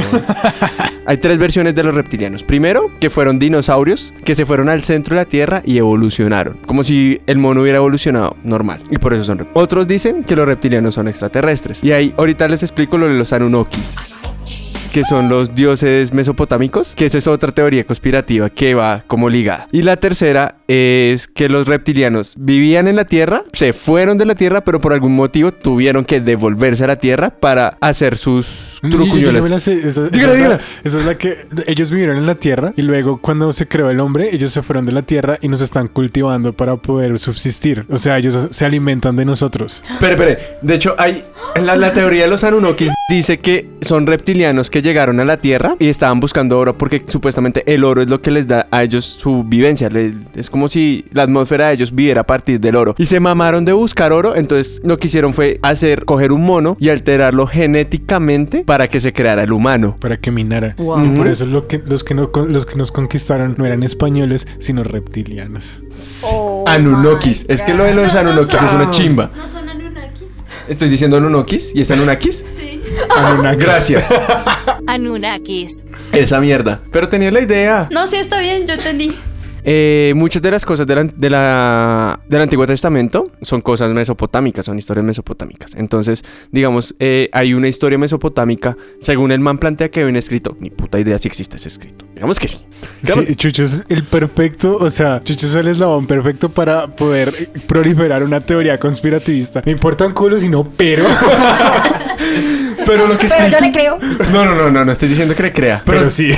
E: Hay tres versiones de los reptilianos. Primero, que fueron dinosaurios que se fueron al centro de la Tierra y evolucionaron. Como si el mono hubiera evolucionado normal. Y por eso son rep- Otros dicen que los reptilianos son extraterrestres. Y ahí ahorita les explico lo de los Anunnakis que son los dioses mesopotámicos, que esa es otra teoría conspirativa que va como ligada. Y la tercera es que los reptilianos vivían en la Tierra, se fueron de la Tierra, pero por algún motivo tuvieron que devolverse a la Tierra para hacer sus
C: Yo- yo- yo me la
E: trucuñuelas.
C: sé. Esa, esa
E: Dígala,
C: es la,
E: dígala.
C: esa es la que ellos vivieron en la tierra y luego cuando se creó el hombre, ellos se fueron de la tierra y nos están cultivando para poder subsistir. O sea, ellos se alimentan de nosotros.
E: Espere, espere. De hecho, hay la, la teoría de los Anunnakis dice que son reptilianos que llegaron a la Tierra y estaban buscando oro porque supuestamente el oro es lo que les da a ellos su vivencia. Le- es como si la atmósfera de ellos viviera a partir del oro. Y se mamaron de buscar oro, entonces lo que hicieron fue hacer coger un mono y alterarlo genéticamente para que se creara el humano.
C: Para que minara.
G: Wow.
C: Y por eso lo que, los, que no, con- los que nos conquistaron no eran españoles, sino reptilianos.
F: Oh,
E: Anunnakis.
F: my
E: Es que lo de los
H: No, no
E: Anunnakis es una
C: son.
E: chimba.
H: ¿No son Anunnakis?
E: Estoy diciendo Anunnakis y es Anunnakis.
H: Sí.
C: Anunnakis.
E: Gracias.
J: Anunnakis.
E: Esa mierda. Pero tenía la idea.
H: No, sí, está bien, yo entendí.
E: Eh, muchas de las cosas de la- de la- del Antiguo Testamento son cosas mesopotámicas, son historias mesopotámicas. Entonces, digamos, eh, hay una historia mesopotámica, según el man plantea que hay un escrito. Ni puta idea si existe ese escrito. Digamos que sí. Digamos-
C: Sí, Chucho es el perfecto, o sea, Chucho es el eslabón perfecto para poder proliferar una teoría conspirativista. Me importan culos y no, pero.
E: pero lo que
F: Pero yo
E: explica-
F: le creo.
E: No, no, no, no, no estoy diciendo que le crea. Pero,
C: Pero sí.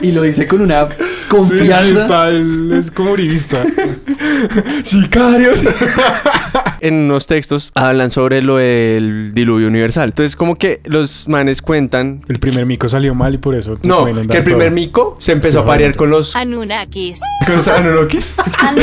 D: Y lo dice con una
C: Sí,
D: confianza.
C: está- es como uribista.
E: sicarios. en unos textos hablan sobre lo del diluvio universal. Entonces, como que los manes cuentan.
C: El primer mico salió mal y por eso. te
E: No,
C: pueden andar
E: que el primer
C: todo.
E: mico se empezó a parear con los
J: Anunnakis.
E: ¿Con los
C: Ah,
E: Anunnakis?
F: Ah,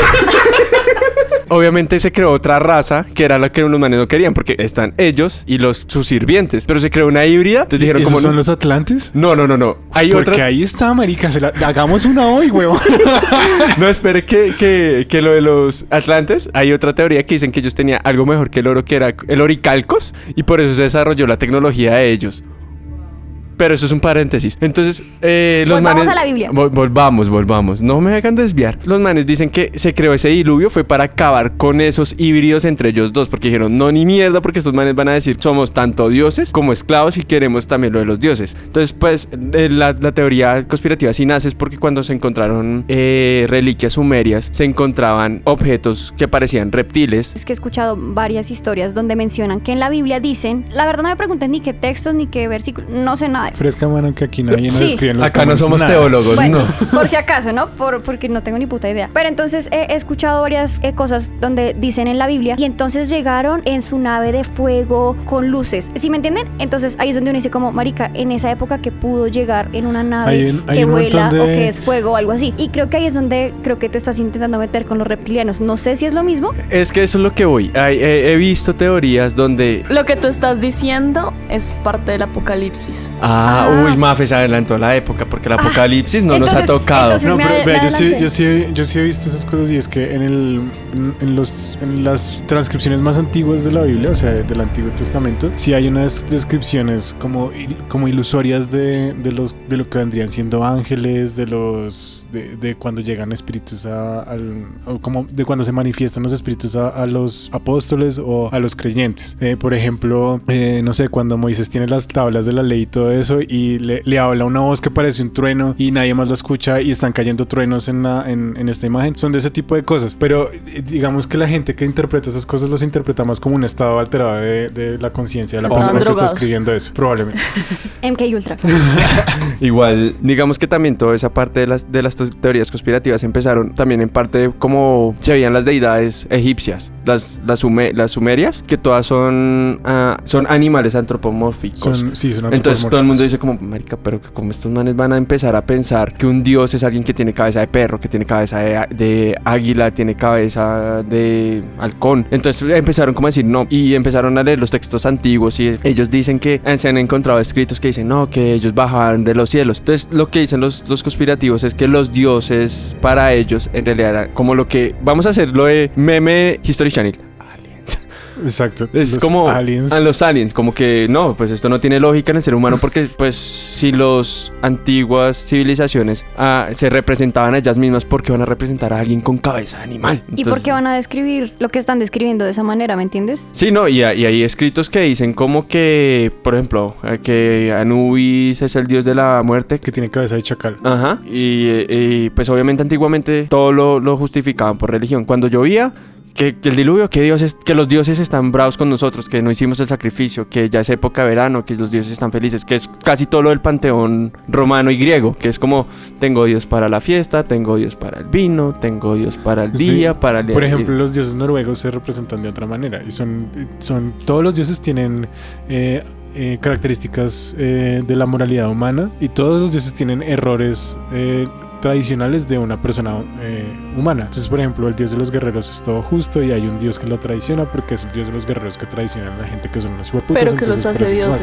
E: Obviamente se creó otra raza que era la que los manes no querían porque están ellos y los sus sirvientes, pero se creó una híbrida. Entonces dijeron
C: ¿Esos
E: como
C: son
E: no,
C: los Atlantes?
E: no, no, no, no. Hay
C: Porque
E: otra.
C: ahí está, marica. se la- hagamos una hoy, huevón.
E: No espere que, que, que lo de los Atlantes. Hay otra teoría que dicen que ellos tenían algo mejor que el oro que era el oricalcos y por eso se desarrolló la tecnología de ellos. Pero eso es un paréntesis. Entonces, eh, los
F: Volvamos
E: manes.
F: a la Biblia.
E: Vol- volvamos, volvamos. No me hagan desviar. Los manes dicen que se creó ese diluvio fue para acabar con esos híbridos entre ellos dos. Porque dijeron, no, ni mierda, porque estos manes van a decir, somos tanto dioses como esclavos y queremos también lo de los dioses. Entonces, pues, eh, la, la teoría conspirativa sí nace es porque cuando se encontraron eh, reliquias sumerias, se encontraban objetos que parecían reptiles.
F: Es que he escuchado varias historias donde mencionan que en la Biblia dicen, la verdad no me pregunten ni qué textos ni qué versículos, no sé nada de eso.
C: Fresca mano que aquí nadie nos
F: Sí.
C: escribe en los
E: Acá no
C: comments
E: somos
C: nada.
E: teólogos,
F: Bueno,
E: no.
F: por si acaso, ¿no? Por, porque no tengo ni puta idea. Pero entonces eh, he escuchado varias eh, cosas donde dicen en la Biblia, y entonces llegaron en su nave de fuego con luces. ¿Sí me entienden? Entonces ahí es donde uno dice como, marica, en esa época que pudo llegar en una nave
C: Hay un- hay
F: que
C: un
F: vuela
C: montón de-
F: o que es fuego o algo así. Y creo que ahí es donde creo que te estás intentando meter con los reptilianos. No sé si es lo mismo.
E: Es que eso es lo que voy. Ay, eh, he visto teorías donde
G: Lo que tú estás diciendo es parte del apocalipsis.
E: Ah,
F: Ah.
E: uy, Mafe se adelantó a la época porque el apocalipsis no nos
F: entonces-
E: ha tocado.
F: entonces-
C: No,
F: me
C: pero
F: ad-
C: vea,
F: me
C: yo, sí,
F: adelanté.
C: yo, sí, yo sí he visto esas cosas y es que en, el, en, en los, en las transcripciones más antiguas de la Biblia, o sea, del Antiguo Testamento, sí hay unas descripciones como, il- como ilusorias de, de los, de lo que vendrían siendo ángeles, de los de, de cuando llegan espíritus a, al, o como de cuando se manifiestan los espíritus a, a los apóstoles o a los creyentes. Eh, por ejemplo, eh, no sé, cuando Moisés tiene las tablas de la ley y todo eso y le, le habla una voz que parece un trueno y nadie más la escucha y están cayendo truenos en, la, en, en esta imagen. Son de ese tipo de cosas. Pero eh, digamos que la gente que interpreta esas cosas los interpreta más como un estado alterado de, de la conciencia de la
G: Sí,
C: persona
G: estaban
C: que está
G: drogados.
C: escribiendo eso. Probablemente.
F: MK Ultra.
E: Igual, digamos que también toda esa parte de las, de las to- teorías conspirativas empezaron también en parte de cómo se veían las deidades egipcias, las, las, sume- las sumerias, que todas son, ah, son animales antropomórficos.
C: Son, sí, son
E: Entonces todo el
C: antropomórficos.
E: mundo dice como, marica, pero como estos manes van a empezar a pensar que un dios es alguien que tiene cabeza de perro, que tiene cabeza de, a- de águila, tiene cabeza de halcón. Entonces empezaron como a decir no y empezaron a leer los textos antiguos y ellos dicen que eh, se han encontrado escritos que dicen no, que ellos bajaban de los cielos. Entonces lo que dicen los, los conspirativos es que los dioses para ellos en realidad era como lo que, vamos a hacerlo de meme History Channel. Aliens.
C: Exacto.
E: Es
C: Los
E: como
C: aliens.
E: a los aliens, como que no, pues esto no tiene lógica en el ser humano porque pues si los antiguas civilizaciones ah, se representaban a ellas mismas, ¿por qué van a representar a alguien con cabeza de animal?
F: ¿Y por qué van a describir lo que están describiendo de esa manera, me entiendes?
E: Sí, no, y, ha- y hay escritos que dicen como que, por ejemplo, eh, que Anubis es el dios de la muerte,
C: que tiene cabeza de chacal.
E: Ajá. Y, eh, y, pues obviamente antiguamente todo lo, lo justificaban por religión. Cuando llovía, que, que el diluvio, que, dioses, que los dioses están bravos con nosotros, que no hicimos el sacrificio, que ya es época de verano, que los dioses están felices, que es casi todo lo del panteón romano y griego, que es como tengo dios para la fiesta, tengo dios para el vino, tengo dios para el
C: Sí.
E: día, para el
C: Por ejemplo, los dioses noruegos se representan de otra manera y son, son todos los dioses tienen eh, eh, características eh, de la moralidad humana y todos los dioses tienen errores eh, tradicionales de una persona eh, humana. Entonces, por ejemplo, el dios de los guerreros es todo justo y hay un dios que lo traiciona porque es el dios de los guerreros que traicionan a la gente que son unos hueputas.
G: Pero que los
C: entonces, por
G: hace
C: eso es mal.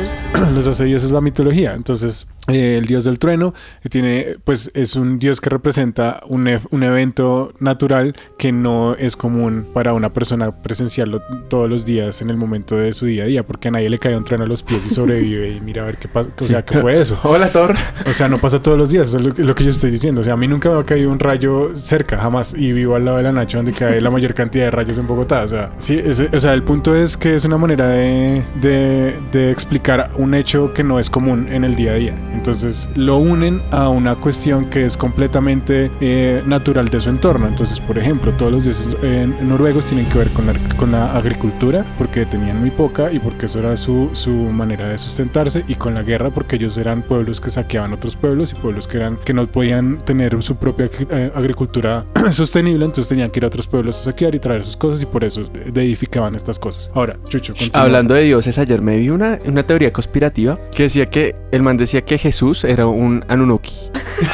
G: dioses.
C: los hace dioses la mitología. Entonces, eh, el dios del trueno eh, tiene, pues, es un dios que representa un, ef- un evento natural que no es común para una persona presenciarlo todos los días en el momento de su día a día, porque a nadie le cae un trueno a los pies y sobrevive y mira a ver qué pasa, o sea, qué fue eso.
E: Hola, Thor.
C: O sea, no pasa todos los días, eso es lo, que- lo que yo estoy diciendo. O sea, a mí nunca me ha caído un rayo cerca, jamás. Y vivo al lado de la Nacho, donde cae la mayor cantidad de rayos en Bogotá. O sea, sí, es- o sea el punto es que es una manera de, de- de explicar un hecho que no es común en el día a día. Entonces, lo unen a una cuestión que es completamente eh, natural de su entorno. Entonces, por ejemplo, todos los dioses eh, noruegos tienen que ver con la, con la agricultura, porque tenían muy poca y porque eso era su, su manera de sustentarse, y con la guerra, porque ellos eran pueblos que saqueaban otros pueblos y pueblos que, eran, que no podían tener su propia eh, agricultura sostenible, entonces tenían que ir a otros pueblos a saquear y traer sus cosas, y por eso eh, edificaban estas cosas. Ahora, Chucho, continúa.
E: Hablando de dioses, ayer me vi una, una teoría conspirativa que decía que el man decía que Jesús era un Anunnaki.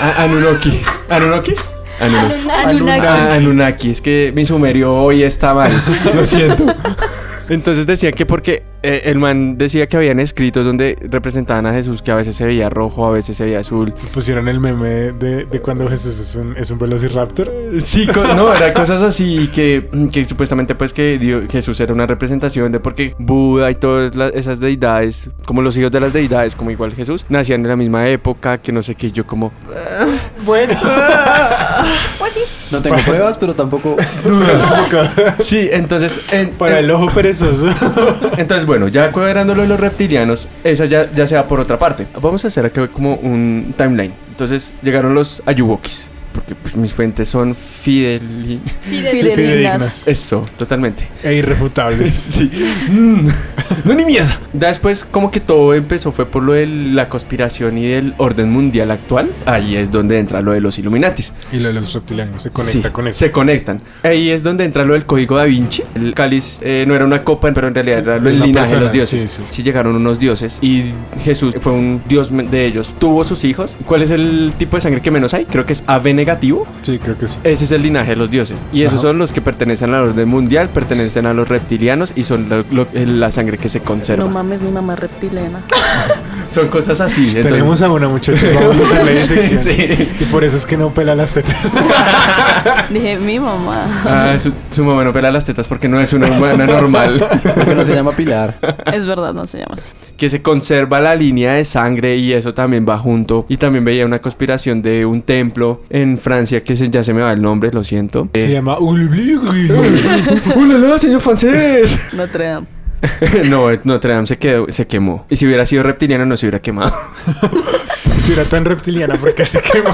E: A- Anunnaki. ¿Anunnaki? Anunnaki.
H: Anunnaki.
E: Ah, Anunnaki, es que mi sumerio hoy está mal. Lo siento. Entonces decían que porque eh, el man decía que habían escritos donde representaban a Jesús que a veces se veía rojo, a veces se veía azul.
C: Pusieron el meme de, de cuando Jesús es un, es un velociraptor.
E: Sí, co- no, eran cosas así que, que supuestamente pues que Dios- Jesús era una representación de porque Buda y todas las- esas deidades, como los hijos de las deidades, como igual Jesús, nacían en la misma época, que no sé qué, yo como...
C: Bueno,
D: No tengo pruebas, pero tampoco.
E: Sí, entonces... en-
C: para
E: en-
C: el ojo perezoso.
E: Entonces, bueno, ya cuadrándolo de los reptilianos, esa ya, ya se va por otra parte. Vamos a hacer acá como un timeline. Entonces, llegaron los Ayubokis. Porque pues, mis fuentes son fidel.
H: Fidel.
C: Fidedignas.
E: Eso, totalmente.
C: E irrefutables.
E: Sí. Mm. No ni mierda. Después, como que todo empezó, fue por lo de la conspiración y del orden mundial actual. Ahí es donde entra lo de los Illuminatis.
C: Y lo de los reptilianos se conecta
E: Sí,
C: con eso.
E: Se conectan. Ahí es donde entra lo del código da Vinci. El cáliz eh, no era una copa, pero en realidad era el
C: Una
E: linaje
C: persona,
E: de los dioses.
C: sí,
E: Sí,
C: sí.
E: llegaron unos dioses y Jesús fue un dios me- de ellos. Tuvo sus hijos. ¿Cuál es el tipo de sangre que menos hay? Creo que es AB negativo.
C: Sí, creo que sí.
E: Ese es el linaje de los dioses. Y esos
C: Ajá.
E: son los que pertenecen al orden mundial, pertenecen a los reptilianos y son lo- lo- eh, la sangre que se conserva.
G: No mames, mi mamá es reptiliana.
E: son cosas así. entonces-
C: Tenemos a una muchachos, vamos a hacerle disección.
E: Sí.
C: Y por eso es que no pela las tetas.
G: Dije, mi mamá.
E: Ah, su, su mamá no pela las tetas porque no es una humana normal.
D: Porque no se llama Pilar.
G: Es verdad, no se llama así.
E: que se conserva la línea de sangre y eso también va junto. Y también veía una conspiración de un templo en Francia que se- ya se me va el nombre, lo siento.
C: Se
E: Eh,
C: llama Ulbligui.
E: ¡Hola, hola, señor francés!
G: Notre Dame.
E: no, eh, Notre Dame se, quedó, se quemó. Y si hubiera sido reptiliano no se hubiera quemado.
C: Si era tan reptiliana, ¿por qué se quemó?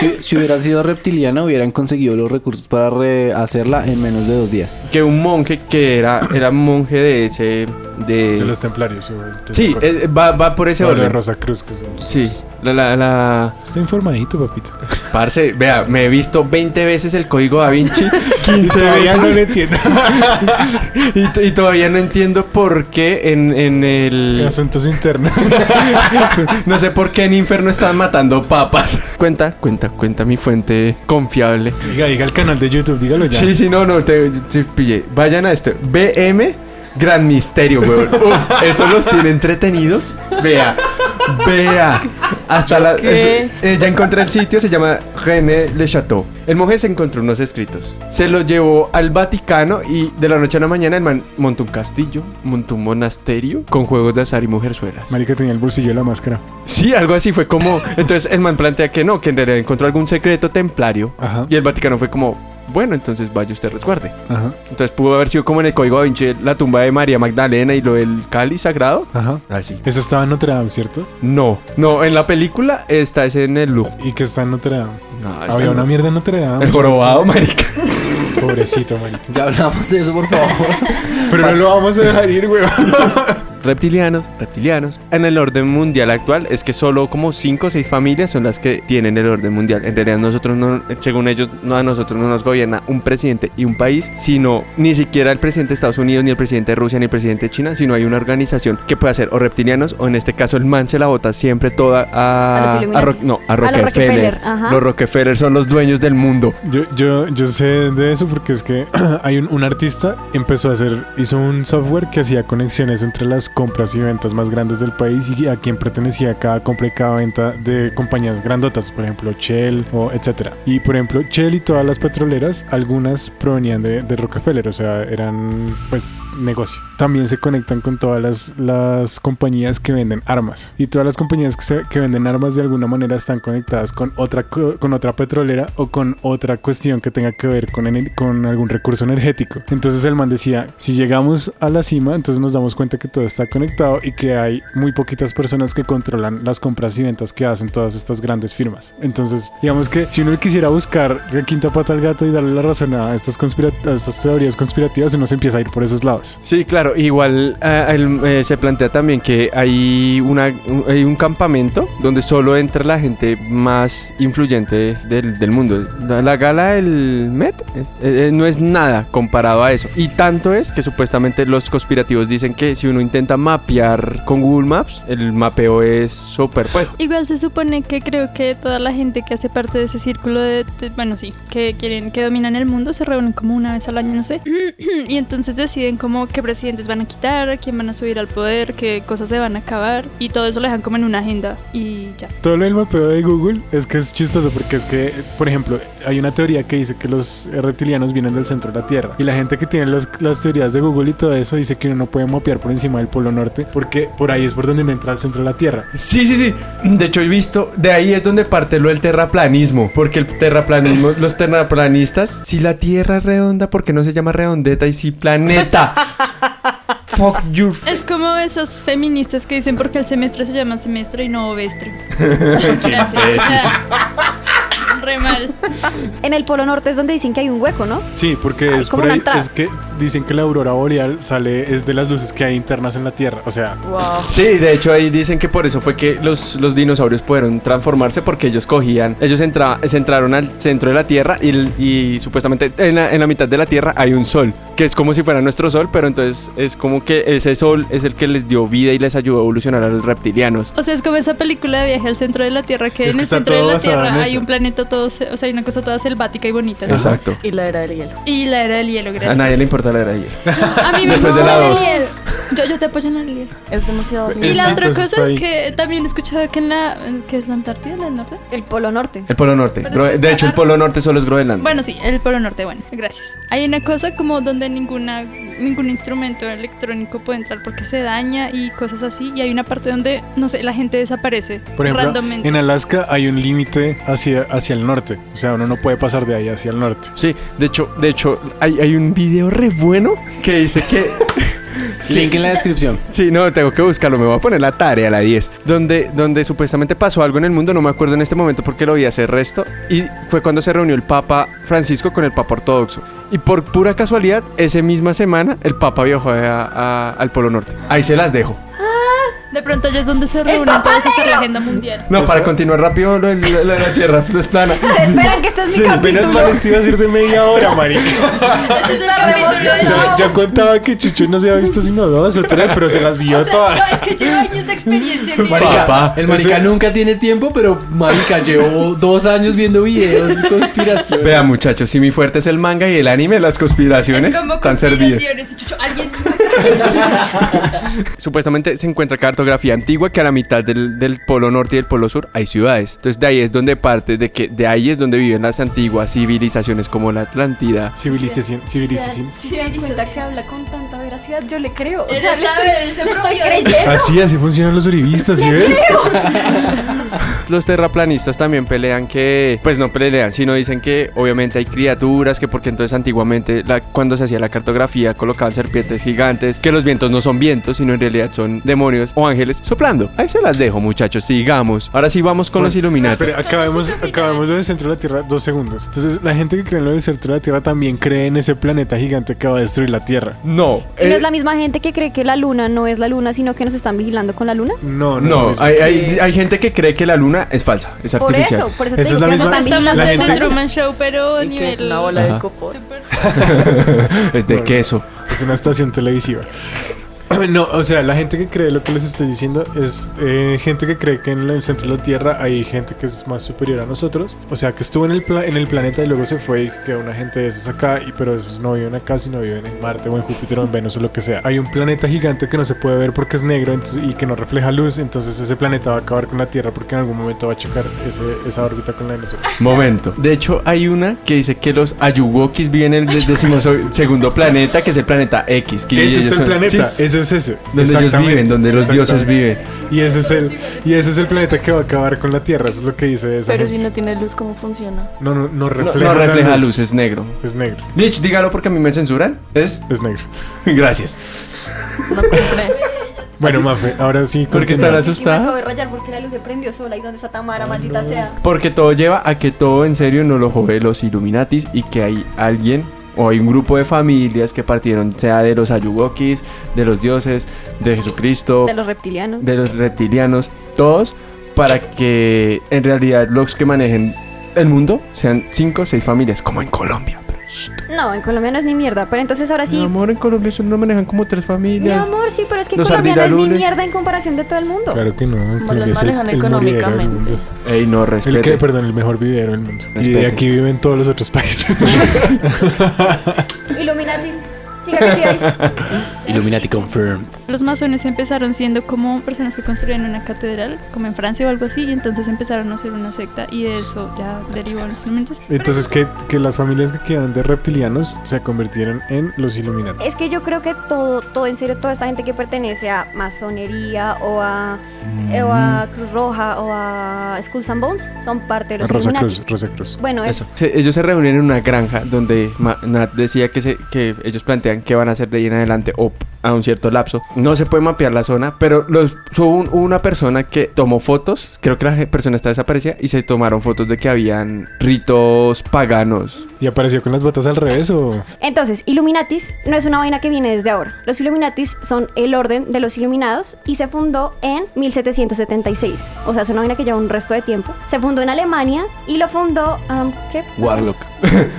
D: Si, si hubiera sido reptiliana, hubieran conseguido los recursos para rehacerla en menos de dos días.
E: que un monje que era, era monje de ese... De,
C: De los templarios. o de
E: sí,
C: esa cosa.
E: eh, va, va por ese
C: O de
E: orden.
C: Rosa Cruz, que son.
E: Sí, la, la, la...
C: Está informadito, papito.
E: Parce, vea, me he visto 20 veces el código da Vinci. 15
C: Todavía
E: veces.
C: no lo entiendo.
E: Y, t- y todavía no entiendo por qué en, en el...
C: Asuntos internos.
E: No sé por qué en Inferno están matando papas. Cuenta, cuenta, cuenta mi fuente confiable.
C: Diga, diga el canal de YouTube, dígalo ya.
E: Sí, sí, no, no, te, te pillé. Vayan a este. BM Gran Misterio, weón. Uf, eso los tiene entretenidos. Vea, vea. Hasta la. es- eh, ya encontré el sitio, se llama René Le Chateau. El monje se encontró unos escritos. Se los llevó al Vaticano y de la noche a la mañana el man montó un castillo, montó un monasterio con juegos de azar y mujerzuelas.
C: Marica tenía el bolsillo de la máscara.
E: Sí, algo así fue como. Entonces el man plantea que no, que en realidad encontró algún secreto templario.
C: Ajá.
E: Y el Vaticano fue como, bueno, entonces vaya usted resguarde.
C: Ajá.
E: Entonces pudo haber sido como en el código da Vinci la tumba de María Magdalena y lo del cáliz sagrado.
C: Ajá.
E: Así.
C: Eso estaba en Notre Dame, ¿cierto?
E: No, no, en la película está es en el Louvre.
C: Y que está en Notre Dame.
E: No, está
C: Había
E: en-
C: una mierda en Notre Dame.
E: El jorobado, marica.
C: Pobrecito, marica.
D: Ya hablamos de eso, por favor.
C: Pero no lo vamos a dejar ir, weón.
E: Reptilianos, reptilianos. En el orden mundial actual es que solo como 5 o 6 familias son las que tienen el orden mundial. En realidad nosotros no, según ellos, no a nosotros no nos gobierna un presidente y un país, sino ni siquiera el presidente de Estados Unidos, ni el presidente de Rusia, ni el presidente de China, sino hay una organización que puede hacer o reptilianos o en este caso el man se la bota siempre toda
F: A los
E: a...
F: Illuminati.
E: Ro- no, a
F: los
E: Rockefeller.
F: Rockefeller, ajá.
E: los Rockefeller son los dueños del mundo.
C: Yo, yo, yo sé de eso porque es que hay un, un artista empezó a hacer, hizo un software que hacía conexiones entre las compras y ventas más grandes del país y a quién pertenecía cada compra y cada venta de compañías grandotas, por ejemplo Shell o etcétera. Y por ejemplo Shell y todas las petroleras, algunas provenían de, de Rockefeller, o sea, eran pues negocio. También se conectan con todas las, las compañías que venden armas y todas las compañías que, se- que venden armas de alguna manera están conectadas con otra co- con otra petrolera o con otra cuestión que tenga que ver con, ener- con algún recurso energético. Entonces el man decía, si llegamos a la cima, entonces nos damos cuenta que todo está conectado y que hay muy poquitas personas que controlan las compras y ventas que hacen todas estas grandes firmas. Entonces, digamos que si uno quisiera buscar la quinta pata al gato y darle la razón a estas, conspira- a estas teorías conspirativas, uno se empieza a ir por esos lados.
E: Sí, claro, igual ah, el- eh, se plantea también que hay, una, un- hay un campamento donde solo entra la gente más influyente del, del mundo. La, la gala del Met eh, eh, no es nada comparado a eso. Y tanto es que supuestamente los conspirativos dicen que si uno intenta intenta mapear con Google Maps, el mapeo es superpuesto.
H: Igual se supone que creo que toda la gente que hace parte de ese círculo de, de- bueno, sí, que quieren, que dominan el mundo, se reúnen como una vez al año, no sé. Y entonces deciden como qué presidentes van a quitar, quién van a subir al poder, qué cosas se van a acabar. Y todo eso lo dejan como en una agenda y ya.
C: Todo lo del mapeo de Google es que es chistoso porque es que, por ejemplo, hay una teoría que dice que los reptilianos vienen del centro de la Tierra. Y la gente que tiene los- las teorías de Google y todo eso dice que uno no puede mapear por encima del Polo Norte porque por ahí es por donde me entra el centro de la Tierra.
A: Sí, sí, sí. De hecho, he visto. De ahí es donde parte lo del terraplanismo.
E: Porque el terraplanismo, los terraplanistas, si la Tierra es redonda, ¿por qué no se llama redondeta y si planeta? Fuck you.
H: Es como esas feministas que dicen porque el semestre se llama semestre y no obestre. Gracias. O sea, re mal.
F: En el Polo Norte es donde dicen que hay un hueco, ¿no?
C: Sí, porque
F: Ay,
C: es
F: como
C: por
F: una
C: ahí.
F: entrada.
C: Es que dicen que la aurora boreal sale, es de las luces que hay internas en la Tierra. O sea,
G: Wow.
E: Sí, de hecho ahí dicen que por eso fue que los, los dinosaurios pudieron transformarse porque ellos cogían, ellos entra- se entraron al centro de la Tierra y, el- y supuestamente en la, en la mitad de la Tierra hay un sol, que es como si fuera nuestro sol, pero entonces es como que ese sol es el que les dio vida y les ayudó a evolucionar a los reptilianos.
H: O sea, es como esa película de viaje al centro de la Tierra, que
C: Es
H: en
C: que
H: el
C: está
H: centro de
C: todo
H: la
C: basado
H: Tierra
C: en
H: hay
C: eso.
H: un planeta todo, se- o sea, hay una cosa toda selvática y bonita. ¿sí?
E: Exacto.
G: Y la era del hielo.
H: Y la era del hielo,
E: A nadie
H: gracias.
E: le importa la era de ayer.
H: A mí me
E: Después
H: gusta
E: de la
H: la del
E: dos.
H: hielo. Yo, yo te apoyo en el hielo.
G: Es demasiado.
H: Y la
C: Sí,
H: otra
C: entonces
H: cosa
C: está
H: es que también he escuchado que en la. ¿Qué es la Antártida? ¿La del norte?
F: El Polo Norte.
E: El Polo Norte.
H: Pero
E: Gro-
H: es que
E: De
H: está
E: hecho, el
H: largo.
E: Polo Norte solo es Groenlandia.
H: Bueno, sí, el Polo Norte, bueno, gracias. Hay una cosa como donde ninguna ningún instrumento electrónico puede entrar porque se daña y cosas así. Y hay una parte donde, no sé, la gente desaparece
C: por ejemplo,
H: randommente.
C: en Alaska hay un límite hacia, hacia el norte. O sea, uno no puede pasar de ahí hacia el norte.
E: Sí, de hecho, de hecho, hay, hay un video re bueno que dice que
D: Link en la descripción.
E: Sí, no, tengo que buscarlo. Me voy a poner la tarea a la 10. Donde, donde supuestamente pasó algo en el mundo, no me acuerdo en este momento porque lo vi hace resto. Y fue cuando se reunió el Papa Francisco con el Papa Ortodoxo. Y por pura casualidad, esa misma semana, el Papa viajó a- a- al Polo Norte. Ahí se las dejo.
H: De pronto allá es donde se reúne entonces esa la agenda mundial.
E: No, para
C: Eso-
E: continuar rápido, lo de la, la- la Tierra pues, es plana.
F: Esperan que este es
C: Sí,
F: mi
C: apenas
F: capítulo.
C: vale, te iba a decir de media hora, marica.
H: Este es el capítulo
C: O
H: de-
C: sea, yo contaba que Chucho no se había visto sino dos o tres, pero se las vio todas.
H: Es que llevo años de experiencia en mi vida.
D: Marica,
E: Papá,
D: el marica
C: ese-
D: nunca tiene tiempo, pero marica llevo dos años viendo videos de conspiración.
E: Vea, muchachos, si mi fuerte es el manga y el anime, las conspiraciones
H: Es como
E: están servidas.
H: conspiraciones. Chucho, Alguien dijo
E: Supuestamente se encuentra cartografía antigua que a la mitad del, del polo norte y del polo sur hay ciudades. Entonces de ahí es donde parte de que de ahí es donde viven las antiguas civilizaciones como la Atlántida.
C: Civilización, civilización.
F: Si se dan cuenta que habla con tanta veracidad, yo le creo. O
H: Él
F: sea, le
H: sabe, él se
F: estoy, le estoy
H: propió.
F: creyendo.
C: Así, así funcionan los uribistas, ¿sí ves?
E: Los terraplanistas también pelean que, pues no pelean, sino dicen que obviamente hay criaturas, que porque entonces antiguamente la- cuando se hacía la cartografía colocaban serpientes gigantes, que los vientos no son vientos, sino en realidad son demonios o ángeles soplando. Ahí se las dejo muchachos, sigamos. Ahora sí vamos con los iluminados.
C: Espera, acabemos, acabemos lo del centro de la Tierra dos segundos. Entonces, la gente que cree en lo del centro de la Tierra también cree en ese planeta gigante que va a destruir la Tierra.
E: No,
F: Y no
E: eh,
F: es la misma gente que cree que la luna no es la luna, sino que nos están vigilando con la luna.
C: No, no.
E: No,
C: es-
E: hay, hay, hay gente que cree que la luna es falsa, es
F: Por
E: artificial.
F: eso, por
C: Esa
F: eso te
C: es
F: digo
C: la
F: que nos
C: misma-
H: que
F: están
H: estamos
C: la
F: vigilando
H: en
C: gente-
H: el
F: con la
H: Truman
F: luna.
H: Show, pero
G: Y que
H: nivel.
G: es una bola
E: Ajá.
G: de copor.
H: Súper.
E: Es de queso.
C: Es una estación televisiva. No, o sea, la gente que cree lo que les estoy diciendo es eh, gente que cree que en el centro de la Tierra hay gente que es más superior a nosotros. O sea, que estuvo en el, pla- en el planeta y luego se fue y quedó una gente de esas acá, y, pero esos no viven acá, sino viven en Marte o en Júpiter o en Venus o lo que sea. Hay un planeta gigante que no se puede ver porque es negro entonces- y que no refleja luz, entonces ese planeta va a acabar con la Tierra porque en algún momento va a chocar ese- esa órbita con la de nosotros.
E: Momento. De hecho, hay una que dice que los Ayuwokis viven en el decimosegundo planeta, que es el planeta X. que
C: Ese
E: ellos
C: es el
E: son-
C: planeta,
E: Sí,
C: ese es ese.
E: donde ellos
C: Exactamente,
E: viven, donde los dioses
C: exactamente.
E: viven.
C: Y ese es el, y ese es el planeta que va a acabar con la Tierra, eso es lo que dice esa
G: Pero si
C: gente.
G: no tiene luz, ¿cómo funciona?
C: no, no, no
E: No,
C: refleja,
E: no
C: la
E: refleja luz, es negro.
C: Es negro,
E: Lich, dígalo porque a mí me censuran. Es.
C: es negro.
E: Gracias.
G: No compré.
C: Bueno, Mafe, ahora sí
E: Porque
C: continúa.
E: están asustadas.
F: de rayar porque la luz se prendió sola y donde está Tamara, maldita sea.
E: Porque todo lleva a que todo en serio no lo jode los Illuminatis y que hay alguien o hay un grupo de familias que partieron, sea de los Ayuwokis, de los dioses, de Jesucristo,
F: De los reptilianos.
E: de los reptilianos, todos, para que en realidad los que manejen el mundo sean cinco o seis familias, como en Colombia. pero
F: No, en Colombia no es ni mierda. Pero entonces ahora
A: Mi
F: sí.
A: amor, en Colombia eso no manejan como tres
F: Mi
A: familias.
F: amor, sí, pero es que
A: Los
F: Colombia no es ni
A: ardidalunes.
F: mierda en comparación de todo el mundo.
C: Claro que no. en
G: Como
C: Colombia
G: los
C: es el,
G: manejan
C: el murriero del
G: económicamente.
C: mundo.
E: Ey, no,
C: El que,
E: respete.
C: perdón, el mejor vividero del mundo. Y de
E: Respete.
C: aquí viven todos los otros países.
F: Illuminatis. Siga que sí hay.
I: Illuminati confirmed.
H: Los masones empezaron siendo como personas que construían una catedral, como en Francia o algo así, y entonces empezaron a hacer una secta y de eso ya derivó en los elementos.
C: Entonces, que, que las familias que quedan de reptilianos se convirtieron en los
G: Eh,
C: Illuminati.
F: Es que yo creo que todo, todo, en serio, toda esta gente que pertenece a masonería o a, eh, o a
C: Mm.
F: Cruz Roja o a Skulls and Bones son parte de los
C: Ah, Rosa
F: Illuminati.
C: Cruz, Rosa Cruz.
F: Bueno, eso.
E: Eso. Se- ellos se reunieron en una granja donde Ma- Nat decía que, se- que ellos plantean qué van a hacer de ahí en adelante o p- a un cierto lapso. No se puede mapear la zona, pero los, so- un- hubo una persona que tomó fotos, creo que la je- persona está desaparecida, y se tomaron fotos de que habían ritos paganos.
C: ¿Y apareció con las botas al revés o...?
F: Entonces, Illuminatis no es una vaina que viene desde ahora. Los Illuminatis son el orden de los iluminados y se fundó en 1776. O sea, es una vaina que lleva un resto de tiempo. Se fundó en Alemania y lo fundó... am, ¿Qué?
I: Warlock.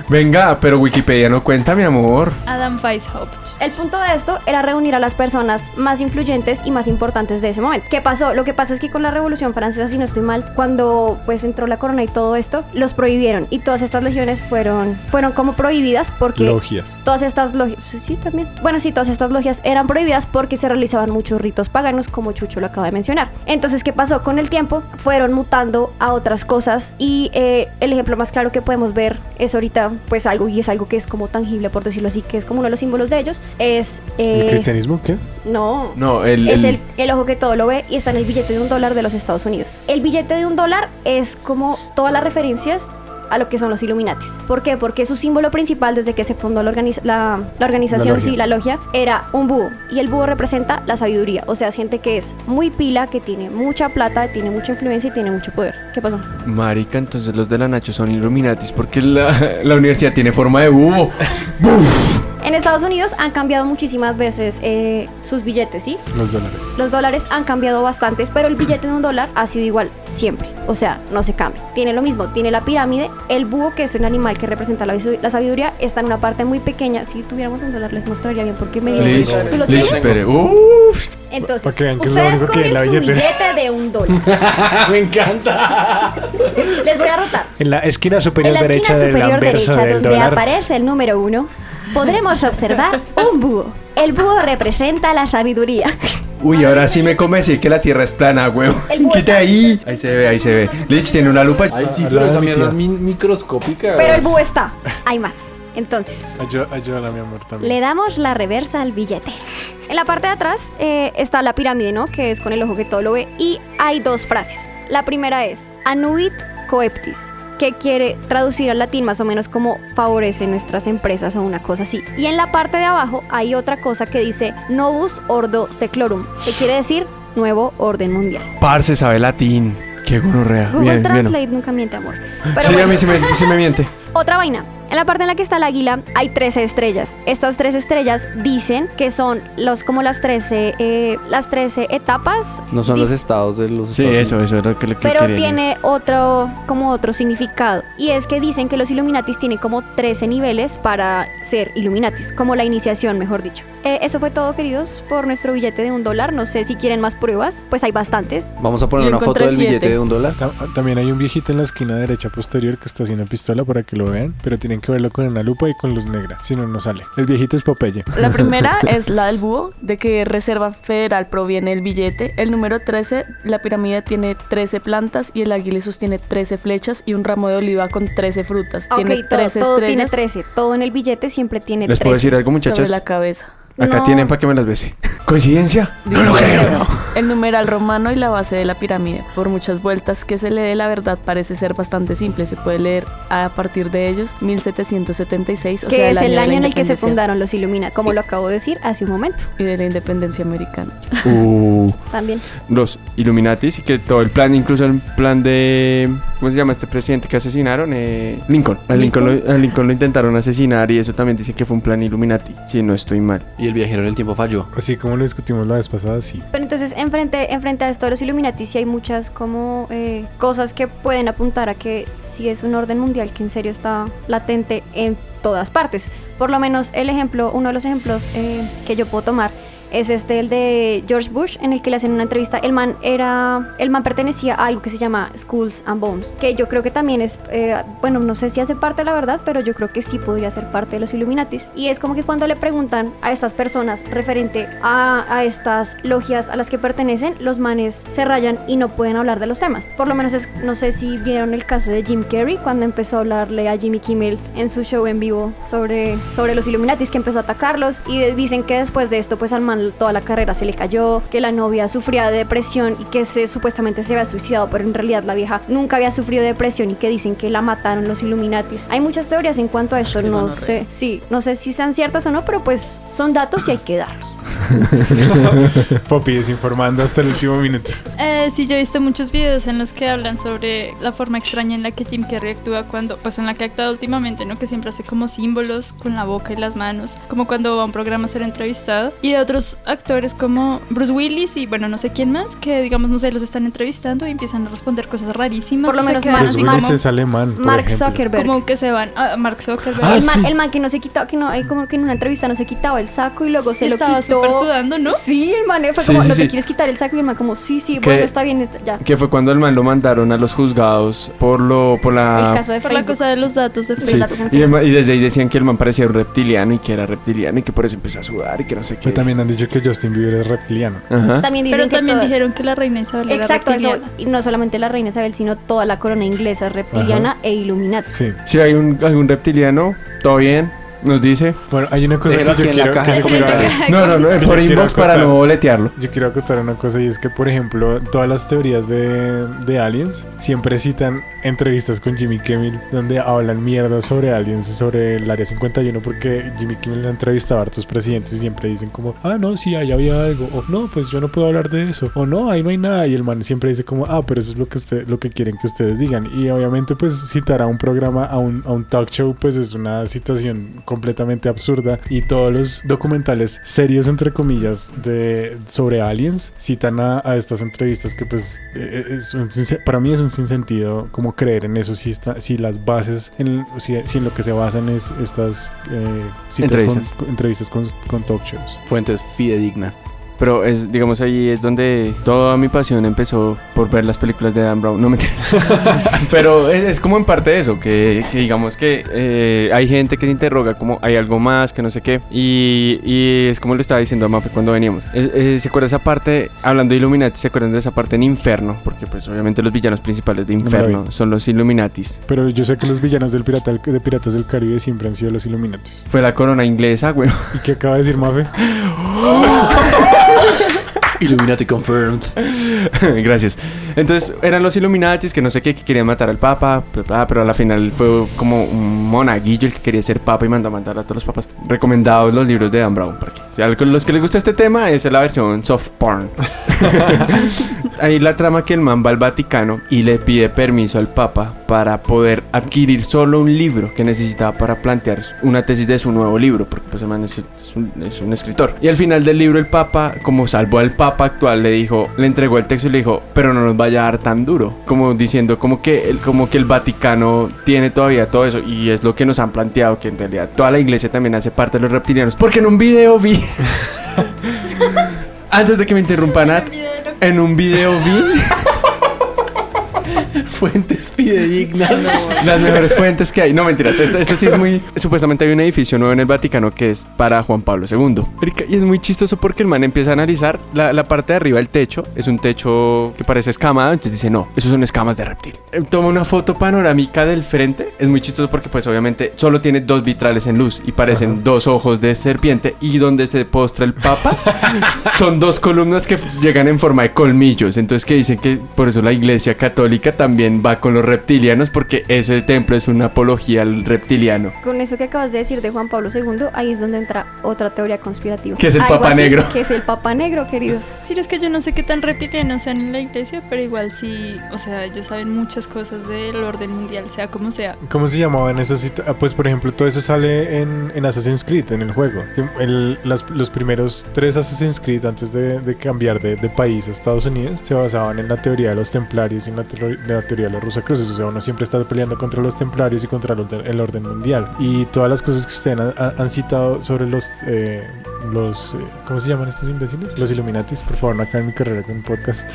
A: Venga, pero Wikipedia no cuenta, mi amor.
H: Adam Weishaupt.
F: El punto de esto era reunir a las personas más influyentes y más importantes de ese momento. ¿Qué pasó? Lo que pasa es que con la Revolución Francesa, si no estoy mal, cuando pues entró la corona y todo esto, los prohibieron y todas estas legiones fueron fueron como prohibidas porque
C: Logias.
F: todas estas logias, sí, sí, también. Bueno, sí, todas estas logias eran prohibidas porque se realizaban muchos ritos paganos, como Chucho lo acaba de mencionar. Entonces, ¿qué pasó con el tiempo? Fueron mutando a otras cosas y eh, el ejemplo más claro que podemos ver es ahorita, pues algo, y es algo que es como tangible, por decirlo así, que es como uno de los símbolos de ellos, es... eh,
C: ¿El cristianismo qué?
F: No,
E: No, el,
F: es
E: el-
F: el, el ojo que todo lo ve y está en el billete de un dólar de los Estados Unidos. El billete de un dólar es como todas las referencias a lo que son los Illuminatis. ¿Por qué? Porque su símbolo principal desde que se fundó la, organiz- la- la
C: La
F: organización,
C: logia.
F: sí, la logia, era un búho. Y el búho representa la sabiduría. O sea, es gente que es muy pila, que tiene mucha plata, tiene mucha influencia y tiene mucho poder. ¿Qué pasó?
E: Marica, entonces los de la Nacho son Illuminatis porque la...
A: La universidad tiene forma de búho.
F: En Estados Unidos han cambiado muchísimas veces eh, sus billetes, ¿sí?
C: Los dólares.
F: Los dólares han cambiado bastantes, pero el billete de un dólar ha sido igual siempre. O sea, no se cambia. Tiene lo mismo, tiene la pirámide. El búho, que es un animal que representa la, visu- la sabiduría, está en una parte muy pequeña. Si tuviéramos un dólar, les mostraría bien porque me
E: Liz,
F: dieron. ¿Tú lo
E: Liz,
F: tienes?
E: espere. Uh. Uf.
F: Entonces,
C: Pa' que vean que es lo
F: ustedes
C: único que
F: cogen
C: la
F: su
C: billetera.
F: billete de un dólar.
I: Me encanta.
F: Les voy a rotar.
C: En la esquina
F: En
C: superior
F: la esquina
C: derecha del
F: superior
C: anverso
F: derecha,
C: del
F: donde
C: dólar.
F: aparece el número uno, podremos observar un búho. El búho representa la sabiduría.
A: Uy, ahora sí me convencí que la tierra es plana, huevo.
F: El búho
A: Quita
F: está-
A: ahí. Ahí se ve, ahí se ve. Lich tiene una lupa.
D: Ay, sí,
C: Al
D: pero
C: lado
D: esa
C: de mi
D: mierda
C: tía.
D: es min- microscópica.
F: Pero el
D: weón.
F: búho está. Hay más. Entonces.
C: Ayú- Ayúdala, mi amor,
F: Le
C: también.
F: damos la reversa al billete. En la parte de atrás eh, está la pirámide, ¿no? Que es con el ojo que todo lo ve. Y hay dos frases. La primera es Anubit Coeptis, que quiere traducir al latín más o menos como favorece nuestras empresas o una cosa así. Y en la parte de abajo hay otra cosa que dice Novus Ordo Seclorum, que quiere decir Nuevo Orden Mundial.
E: Parce sabe latín. Qué gonorrea.
F: Google
E: Ah, Bien, bien.
F: Translate nunca miente, amor. Pero
E: Sí, a
F: bueno.
E: mí sí me, sí me miente.
F: Otra vaina. En la parte en la que está el águila hay 13 estrellas. Estas 13 estrellas dicen que son los como las 13, eh, las 13 etapas,
D: No son
F: Di-
D: los estados de los
E: Sí,
D: Estados
E: eso,
D: Unidos.
E: eso es lo que le que
F: pero
E: quería yo.
F: tiene otro como otro significado. Y es que dicen que los Illuminatis tienen como 13 niveles para ser Illuminatis, como la iniciación, mejor dicho. Eh, eso fue todo, queridos, por nuestro billete de un dólar. No sé si quieren más pruebas, pues hay bastantes.
D: Vamos a poner
G: Yo
D: una foto
G: encontré
D: del billete
G: siete.
D: de un dólar.
C: Tam- ah, También hay un viejito en la esquina derecha posterior que está haciendo pistola para que lo vean, pero tienen que verlo con una lupa y con luz negra, si no, no sale. El viejito es Popeye.
G: La primera es la del búho, de que Reserva Federal proviene el billete. El número 13, la pirámide tiene 13 plantas y el águila sostiene 13 flechas y un ramo de oliva con 13 frutas. tiene
F: Ok, todo,
G: 13
F: todo tiene
G: estrellas
F: 13. Todo en el billete siempre tiene
E: ¿Les
F: 13.
E: puedo decir algo,
G: sobre
E: muchachos?
G: la cabeza.
E: Acá
F: No.
E: tienen para que me las bese. ¿Coincidencia? No lo creo.
G: El numeral romano y la base de la pirámide. Por muchas vueltas que se le dé, la verdad parece ser bastante simple. Se puede leer a partir de ellos 1776, o
F: que
G: sea,
F: es el
G: de la
F: año en el que se
G: independencia
F: fundaron los Illuminati, como lo acabo de decir hace un momento.
G: y de la independencia americana.
E: Uh,
F: También.
E: los Illuminatis y que todo el plan, incluso el plan de ¿cómo se llama este presidente que asesinaron? Eh, Lincoln. A
F: Lincoln.
E: Lincoln, lo, a Lincoln lo intentaron asesinar y eso también dicen que fue un plan Illuminati, si no estoy mal.
I: Y el viajero en el tiempo falló.
C: Así como lo discutimos la vez pasada, sí.
F: Pero entonces, enfrente, enfrente a esto de los Illuminati, sí hay muchas como eh, cosas que pueden apuntar a que sí es un orden mundial que en serio está latente en todas partes. Por lo menos el ejemplo, uno de los ejemplos eh, que yo puedo tomar es este, el de George Bush, en el que le hacen una entrevista. El man era, el man pertenecía a algo que se llama Skulls and Bones, que yo creo que también es, eh, bueno, no sé si hace parte, la verdad, pero yo creo que sí podría ser parte de los Illuminatis. Y es como que cuando le preguntan a estas personas referente a, a estas logias a las que pertenecen, los manes se rayan y no pueden hablar de los temas. Por lo menos es, no sé si vieron el caso de Jim Carrey cuando empezó a hablarle a Jimmy Kimmel en su show en vivo sobre, sobre los Illuminatis, que empezó a atacarlos y de- dicen que después de esto pues al man toda la carrera se le cayó, que la novia sufría de depresión y que se, supuestamente se había suicidado, pero en realidad la vieja nunca había sufrido de depresión y que dicen que la mataron los Illuminatis. Hay muchas teorías en cuanto a esto,
G: Qué
F: no
G: gonorrea.
F: sé, sí, no sé si sean ciertas o no, pero pues son datos y hay que darlos.
C: Poppy desinformando hasta el último minuto.
H: Eh, sí, yo he visto muchos videos en los que hablan sobre la forma extraña en la que Jim Carrey actúa cuando, pues en la que ha actuado últimamente, ¿no? Que siempre hace como símbolos con la boca y las manos, como cuando va a un programa a ser entrevistado. Y de otros actores como Bruce Willis y bueno, no sé quién más, que digamos, no sé, los están entrevistando y empiezan a responder cosas rarísimas.
F: Por lo
H: o sea,
F: menos
H: que van
F: Mark
C: Pues
H: así
C: Willis
H: como,
C: es alemán, por
F: Mark
C: ejemplo.
F: Zuckerberg.
H: como que se van a Mark Zuckerberg.
F: el, man, el man que no se quitaba, que no, eh, como que en una entrevista no se quitaba el saco y luego se
H: estaba
F: lo quitó.
H: súper sudando, ¿no?
F: Sí, el man eh, fue
E: Sí,
F: como,
E: sí,
F: ¿no te
E: sí.
F: quieres quitar el saco? Y el man como, sí, sí,
E: ¿Qué?
F: bueno, está bien, está- ya.
E: Que fue cuando el man lo mandaron a los juzgados por lo por
F: el
E: la
F: caso de
H: Por la
F: Facebook.
H: cosa de los datos de
E: Sí,
H: Facebook.
F: datos en
E: y, el man- y desde ahí decían que el man parecía un reptiliano y que era reptiliano y que por eso empezó a sudar y que no sé
C: Que
E: qué.
C: también han dicho que Justin Bieber es reptiliano.
E: Ajá.
F: También dicen
H: Pero
F: que
H: también
F: todo-
H: dijeron que la reina Isabel era
F: Exacto, eso,
H: reptiliana.
F: y no solamente la reina Isabel, sino toda la corona inglesa reptiliana e iluminati.
C: Sí.
E: Si hay un, hay un reptiliano, todo bien, nos dice.
C: Bueno, hay una cosa que
I: Déjelo
C: yo
I: aquí en la
C: quiero,
I: caja
C: que
I: de
C: yo quiero-
I: comentarios.
E: No, no, no,
C: Yo
E: por
C: quiero
E: inbox para
C: acotar.
E: no boletearlo.
C: Yo quiero acotar una cosa y es que, por ejemplo, todas las teorías de, de aliens siempre citan entrevistas con Jimmy Kimmel donde hablan mierda sobre aliens y sobre el Área 51 porque Jimmy Kimmel ha entrevistado a hartos presidentes y siempre dicen como, ah, no, sí, ahí había algo, o no, pues yo no puedo hablar de eso, o no, ahí no hay nada, y el man siempre dice como, ah, pero eso es lo que, usted, lo que quieren que ustedes digan. Y obviamente pues citar a un programa, a un, a un talk show, pues es una situación completamente absurda y todos los documentales serios entre comillas de sobre aliens citan a, a estas entrevistas que pues eh, eh, es un sinse- para mí es un sinsentido como creer en eso si está- si las bases en, si, si en lo que se basan es estas eh, citas con-
E: Entrevistas.
C: con- entrevistas con, con talk shows
I: Fuentes fidedignas.
E: Pero es, digamos, ahí es donde toda mi pasión empezó por ver las películas de Dan Brown. No me Pero es, es como en parte eso, que, que digamos que eh, hay gente que se interroga como hay algo más, que no sé qué. Y, y es como lo estaba diciendo a Mafe cuando veníamos. Es- eh, ¿Se acuerda esa parte, hablando de Illuminati, se acuerdan de esa parte en Inferno? Porque pues obviamente los villanos principales de
C: la
E: Inferno son los Illuminatis.
C: pero yo sé que los villanos del pirata de piratas del Caribe siempre han sido los Illuminatis
E: Fue la corona inglesa, güey.
C: y qué acaba de decir Mafe
I: Illuminati confirmed.
E: Gracias. Entonces eran los Illuminatis que no sé qué, que querían matar al Papa, bla, bla, pero a la final fue como un monaguillo el que quería ser Papa y mandó a matar a todos los papas. Recomendados los libros de Dan Brown. Porque si a los que les gusta este tema, esa es la versión soft porn. Ahí la trama que el man va al Vaticano y le pide permiso al Papa para poder adquirir solo un libro que necesitaba para plantear una tesis de su nuevo libro, porque pues el man es, es un, es un escritor. Y al final del libro el Papa, como salvó al Papa actual, le dijo, le entregó el texto y le dijo, pero no nos vaya a dar tan duro, como diciendo como que el, como que el Vaticano tiene todavía todo eso y es lo que nos han planteado que en realidad toda la iglesia también hace parte de los reptilianos, porque en un video vi antes de que me interrumpa Nat, en un video vi
I: Fuentes fidedignas.
E: Las mejores fuentes que hay. No, mentiras. Esto, esto sí es muy. Supuestamente hay un edificio nuevo en el Vaticano que es para Juan Pablo II. Marica, Y es muy chistoso porque el man empieza a analizar la, la parte de arriba del techo. Es un techo que parece escamado. Entonces dice, no, esos son escamas de reptil. Eh, Toma una foto panorámica del frente. Es muy chistoso porque, pues, obviamente, solo tiene dos vitrales en luz y parecen dos ojos de serpiente. Y donde se postra el Papa, son dos columnas que llegan en forma de colmillos. Entonces, que dicen que por eso la iglesia católica también también va con los reptilianos porque ese templo es una apología al reptiliano.
F: Con eso que acabas de decir de Juan Pablo II, ahí es donde entra otra teoría conspirativa.
A: Que es el
F: Algo
A: Papa
F: así,
A: Negro.
F: Que es el Papa Negro, queridos.
H: Sí, es que yo no sé qué tan reptilianos sean en la iglesia, pero igual sí, o sea, ellos saben muchas cosas del orden mundial, sea como sea.
C: ¿Cómo se llamaban esos? sit- ah, Pues por ejemplo, todo eso sale en, en Assassin's Creed, en el juego. Em, El- las- los primeros tres Assassin's Creed antes de, de cambiar de, de país a Estados Unidos se basaban en la teoría de los templarios y en la, teoría de la teoría de los rusacruces. O sea, uno siempre está peleando contra los templarios y contra el orden, el orden mundial. Y todas las cosas que ustedes han, han- han citado sobre los... eh, los eh, ¿Cómo se llaman estos imbéciles? Los Illuminatis. Por favor, no acaben mi carrera con podcast.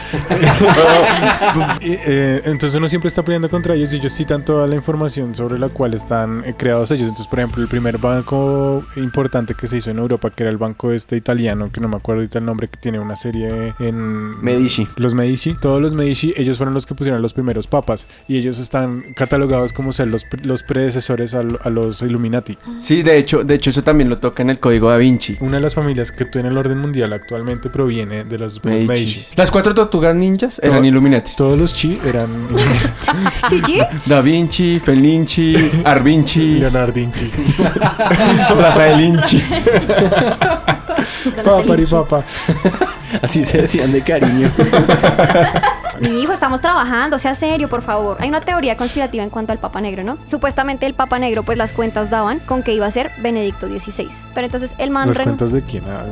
C: Y, eh, entonces uno siempre está peleando contra ellos y ellos citan toda la información sobre la cual están eh, creados ellos. Entonces, por ejemplo, el primer banco importante que se hizo en Europa, que era el banco este italiano, que no me acuerdo ahorita el nombre, que tiene una serie en...
D: Medici.
C: Los Medici, todos los Medici, ellos fueron los que pusieron los primeros papas y ellos están catalogados como ser los, pre- los predecesores a, lo- a los Illuminati.
A: Sí, de hecho, de hecho eso también lo toca en el código da Vinci.
C: Una de las familias que tiene el orden mundial actualmente proviene de los los Medici.
A: Medici. Las cuatro tortugas ninjas eran
C: Todo-
A: Illuminati.
C: Todos los chi eran
F: Chichi,
A: Da Vinci, Felinci, Arvinci,
C: Leonardinchi.
A: Rafaelinci.
F: este
C: Papari papa.
D: Así se decían de cariño.
F: Mi hijo, estamos trabajando, sea serio, por favor. Hay una teoría conspirativa en cuanto al Papa Negro, ¿no? Supuestamente el Papa Negro, pues las cuentas daban con que iba a ser Benedicto XVI. Pero entonces el man
C: ¿Las
F: renunció.
C: cuentas de quién? Ah,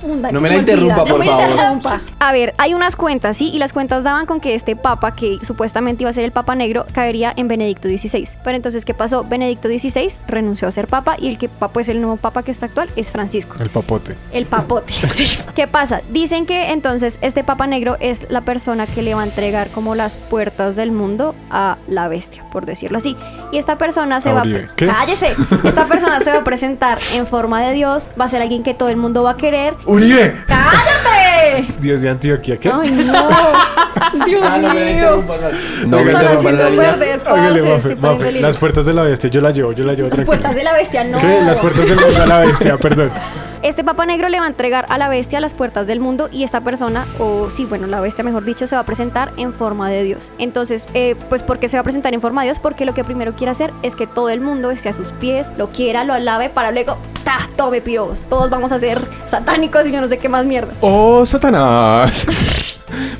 F: Funda-
D: No me la
F: se me olvida.
D: interrumpa, por
F: No me
D: favor.
F: interrumpa. A ver, hay unas cuentas, ¿sí? Y las cuentas daban con que este papa, que supuestamente iba a ser el papa negro, caería en Benedicto XVI. Pero entonces, ¿qué pasó? Benedicto XVI renunció a ser papa y el que papa es el nuevo papa que está actual es Francisco.
C: El papote.
F: El papote. ¿Qué pasa? Dicen que entonces este papa negro es la persona que le va a entregar como las puertas del mundo a la bestia, por decirlo así. Y esta persona se
C: A
F: va a...
C: Uribe.
F: pre-
C: ¿Qué?
F: ¡Cállese! Esta persona se va a presentar en forma de Dios, va a ser alguien que todo el mundo va a querer.
C: ¡Uribe!
F: ¡Cállate!
C: Dios de Antioquia, ¿qué?
F: ¡Ay, no! ¡Dios
E: Ah,
F: mío!
A: No me
F: Están
A: interrumpan la
F: haciendo
A: línea.
F: perder,
C: Hágale,
F: parce,
C: Mafe,
F: estoy poniendo
C: Mafe.
F: el hilo.
C: Las puertas de la bestia, yo la llevo, yo la llevo
F: Las puertas
C: tranquila.
F: de la bestia, no.
C: ¿Qué? Las puertas del mundo a la bestia, perdón.
F: Este Papa Negro le va a entregar a la bestia las puertas del mundo y esta persona, o sí, bueno, la bestia mejor dicho, se va a presentar en forma de Dios. Entonces, eh, pues ¿por qué se va a presentar en forma de Dios? Porque lo que primero quiere hacer es que todo el mundo esté a sus pies, lo quiera, lo alabe, para luego, ¡ta! Tome pirobos, todos vamos a ser satánicos y yo no sé qué más mierda.
A: ¡Oh, Satanás!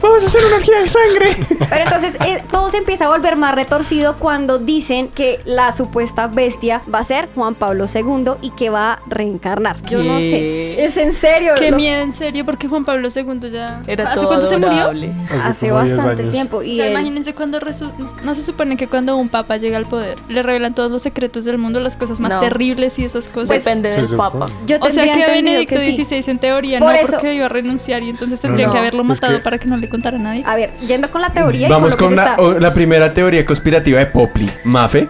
A: ¡Vamos a hacer una orgía de sangre!
F: Pero entonces eh, todo se empieza a volver más retorcido cuando dicen que la supuesta bestia va a ser Juan Pablo II y que va a reencarnar. Yo no sé. Es en serio.
H: Qué
F: lo-
H: miedo, en serio, porque Juan Pablo II ya...
G: Era
H: ¿Hace
G: todo
H: cuánto se murió?
G: adorable.
F: Hace
C: como 10
F: bastante
C: años.
F: tiempo. Y
H: O sea,
F: él-
H: imagínense cuando resu- no se supone que cuando un papa llega al poder le revelan todos los secretos del mundo, las cosas más
G: No.
H: terribles y esas
F: Pues,
H: cosas.
G: Depende
C: Se
G: del
C: supone.
G: papa.
F: yo
H: o sea
F: tendría
H: que a
F: entendido
H: Benedicto
F: sí.
H: XVI en teoría
F: Por
H: no
F: eso-
H: porque iba a renunciar y entonces tendrían
C: no.
H: que haberlo
C: Es
H: matado
C: que-
H: para que no le contara a nadie.
F: A ver, yendo con la teoría. y
A: Vamos
F: con,
A: con
F: lo que se
A: la,
F: está-
A: o- la primera teoría conspirativa de Popli. Mafe.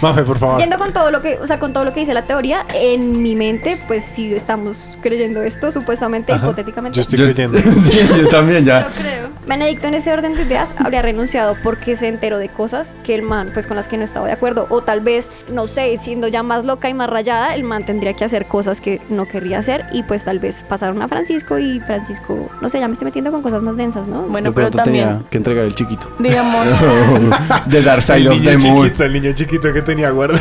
C: Mafe, por favor.
F: Oh. Yendo con todo lo que, o sea, con todo lo que dice la teoría, en mi mente, pues si estamos creyendo esto, supuestamente, hipotéticamente.
C: Yo estoy creyendo.
A: Sí, yo también ya.
H: creo.
F: Benedicto en ese orden de ideas habría renunciado porque se enteró de cosas que el man, pues con las que no estaba de acuerdo, o tal vez, no sé, siendo ya más loca y más rayada, el man tendría que hacer cosas que no querría hacer y pues tal vez pasaron a Francisco y Francisco, no sé, ya me estoy metiendo con cosas más densas, ¿no?
G: Bueno,
D: De
G: pero
D: pronto
G: también,
D: tenía que entregar el chiquito.
G: digamos,
A: The Dark Side
C: El
A: of
C: niño
A: the Moon.
C: chiquito, el niño chiquito que tenía guarda.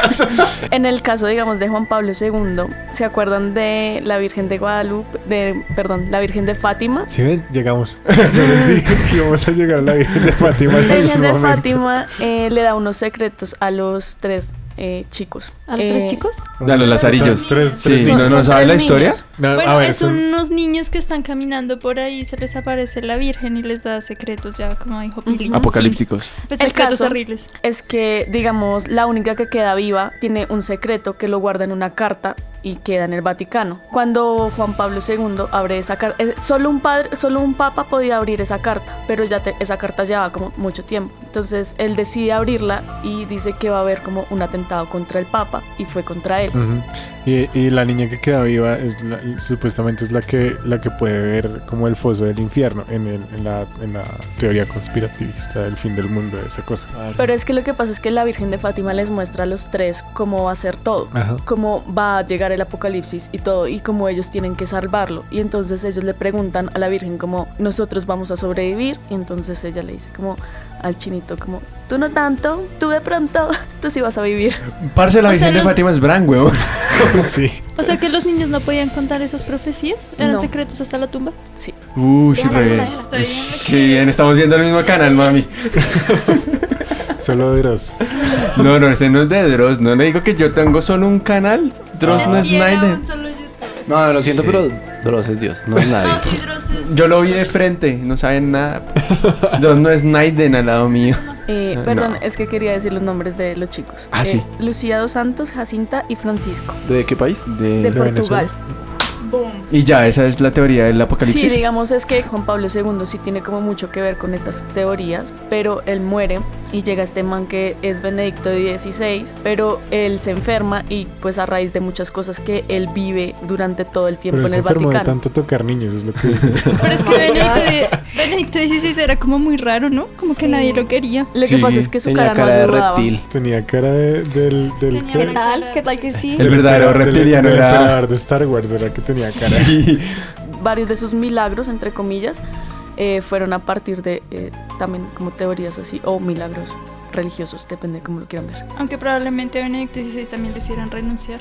G: en el caso, digamos, de Juan Pablo II, ¿se acuerdan de la Virgen de Guadalupe, de, perdón, la Virgen de Fátima?
C: Si ven, llegamos. Yo les dije que íbamos a llegar a la Virgen de Fátima. en
G: La Virgen
C: algún
G: de
C: momento.
G: Fátima eh, le da unos secretos a los tres eh, chicos.
F: ¿A los
G: Eh,
F: tres chicos?
A: A los lazarillos.
C: Son Tres,
A: Sí,
C: tres
A: no,
C: niños.
A: no
H: son
A: sabe
H: tres
A: la historia.
H: niños.
C: No,
H: Bueno,
C: a ver,
H: es
C: son-
H: unos niños que están caminando por ahí, se les aparece la Virgen y les da secretos, ya como dijo Pili.
E: Apocalípticos.
H: Pues,
G: El
H: secretos
G: caso-
H: horribles.
G: Es que, digamos, la única que queda viva tiene un secreto que lo guarda en una carta y queda en el Vaticano. Cuando Juan Pablo II abre esa carta, solo un padre, solo un papa podía abrir esa carta, pero ya te- esa carta llevaba como mucho tiempo. Entonces él
F: Mm.
G: decide abrirla y dice que va a haber como un atentado contra el papa y fue contra él.
C: Ujú. Y, y la niña que queda viva es la- supuestamente es la que, la que puede ver como el foso del infierno en, el- en la, en la teoría conspirativista del fin del mundo, esa cosa.
G: Pero es que lo que pasa es que la Virgen de Fátima les muestra a los tres cómo va a ser
F: Ah,
G: todo,
C: Ajá.
G: cómo va a llegar el apocalipsis y todo, y cómo ellos tienen que salvarlo. Y entonces ellos le preguntan a la Virgen como, nosotros vamos a sobrevivir. Y entonces ella le dice como al chinito como, tú no tanto, tú de pronto, tú sí vas a vivir.
A: Parce, la
H: O sea,
A: Virgen de
H: los-
A: Fátima es Bran, weón.
C: sí.
H: O sea que los niños no podían contar esas profecías. Eran
G: No.
H: secretos hasta la tumba.
A: Uy,
F: Déjala,
A: re.
F: déjala.
H: Estoy viendo
A: Sí,
H: que-
A: bien, estamos viendo el mismo canal, mami.
C: Solo Dross.
A: No, no, ese no es de Dross. No le digo que yo tengo solo un canal. Dross no es Snyder.
D: No, lo siento,
A: Sí.
D: pero Dross es Dios, no es nadie.
A: Yo lo vi de frente, no saben nada. Dross no es Naiden al lado mío.
G: Eh,
A: Eh,
G: perdón,
A: no.
G: es que quería decir los nombres de los chicos. Eh,
A: Ah, sí.
G: Lucía dos Santos, Jacinta y Francisco,
D: ¿De qué país?
G: de,
C: ¿De
G: Portugal.
H: Boom.
A: Y ya, esa es la teoría del apocalipsis.
G: Sí, digamos es que Juan Pablo II sí tiene como mucho que ver con estas teorías, pero él muere y llega este man que es Benedicto XVI, pero él se enferma y pues a raíz de muchas cosas que él vive durante todo el tiempo
C: Pero él
G: en
C: se
G: el
C: enfermó de
G: Vaticano.
C: tanto tocar niños, es lo que dice.
H: Pero es que Benedicto, Benedicto XVI era como muy raro, ¿no? Como que nadie lo quería.
G: Lo que
A: Sí,
G: pasa es que su
D: Tenía
G: cara,
D: cara
G: no
D: de
G: ayudaba.
D: reptil.
C: Tenía cara de- del... del
H: Tenía
C: ¿qué?
F: ¿Qué tal? ¿Qué tal que sí?
A: El verdadero
C: emperador-
A: reptiliano
C: del
A: era-
C: emperador de Star Wars era que tenía cara.
A: Sí.
G: Varios de sus milagros, entre comillas, eh, fueron a partir de eh, también como teorías así o milagros religiosos, depende de cómo lo quieran ver.
H: Aunque probablemente a Benedicto XVI también lo hicieran renunciar.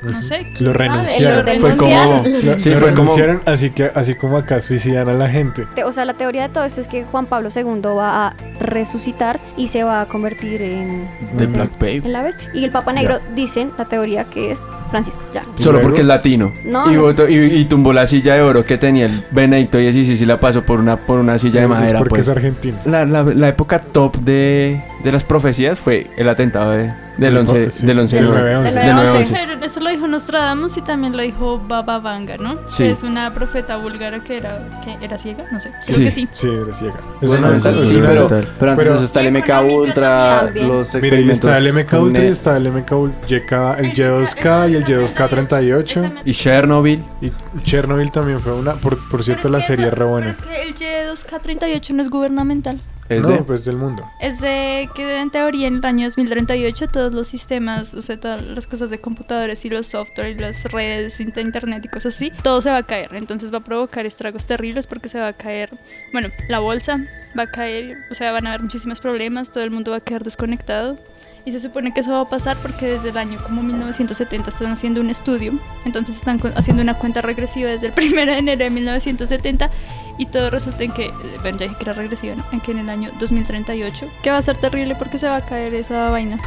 H: No sé. quién
C: Lo
H: sabe.
C: renunciaron.
H: Lo
A: Fue como.
H: renunciaron.
C: Lo,
A: Sí,
C: lo
A: fue como.
C: renunciaron, así que así como acá suicidan a la gente.
F: Te- O sea, la teoría de todo esto es que Juan Pablo II va a resucitar y se va a convertir en,
A: De
F: Sí.
A: Black Babe.
F: en la bestia. Y el Papa Negro, dicen la teoría que es Francisco. Ya.
A: Solo
C: Luego-
A: porque es latino.
F: No,
A: y,
F: no.
A: votó- y, y tumbó la silla de oro que tenía el Benedicto XVI y la pasó por una, por una silla de
C: Es
A: madera.
C: porque
A: Pues.
C: es argentino.
A: La, la- la época top de, de las profecías fue el atentado de- del
C: Del
A: 11
C: sí,
A: del 11
C: del
A: Pues de
C: nueve
A: noviembre.
C: once.
A: Del nueve once.
H: Pero eso lo dijo Nostradamus y también lo dijo Baba Vanga, ¿no?
A: Sí.
H: Que es una profeta búlgara que era, que era ciega, no sé. Creo
A: Sí.
H: que sí.
C: Sí, era ciega. Es
D: Bueno,
C: una-
D: mental,
C: Pues es
D: sí,
C: una-
D: pero,
A: mental.
D: pero antes
C: Pero-
D: de eso está el MK
H: Económica
D: Ultra,
F: también.
D: los
C: Mira, ahí
D: experimentos.
C: está el MK Ultra,
D: ne-
C: está el MK Ultra, YK, el
H: El
C: Y2K y el Y2K38.
H: Exactamente.
A: Y Chernobyl.
C: Y Chernobyl también fue una. Por, por
H: Pero es
C: cierto, la
H: que
C: serie
H: eso-
C: es re buena.
H: Pero es que el Y2K38 no es gubernamental.
D: Es
C: no,
D: de...
C: pues del mundo.
H: Es de que en teoría en el año 2038 todos los sistemas, o sea, todas las cosas de computadores y los software y las redes de internet y cosas así, todo se va a caer. Entonces va a provocar estragos terribles porque se va a caer, bueno, la bolsa va a caer, o sea, van a haber muchísimos problemas, todo el mundo va a quedar desconectado. Y se supone que eso va a pasar porque desde el año como 1970 están haciendo un estudio, entonces están co- haciendo una cuenta regresiva desde el 1 de enero de 1970 y todo resulta en que, eh, bueno, ya dije que era regresiva, ¿no? En que en el año 2038, que va a ser terrible porque se va a caer esa vaina.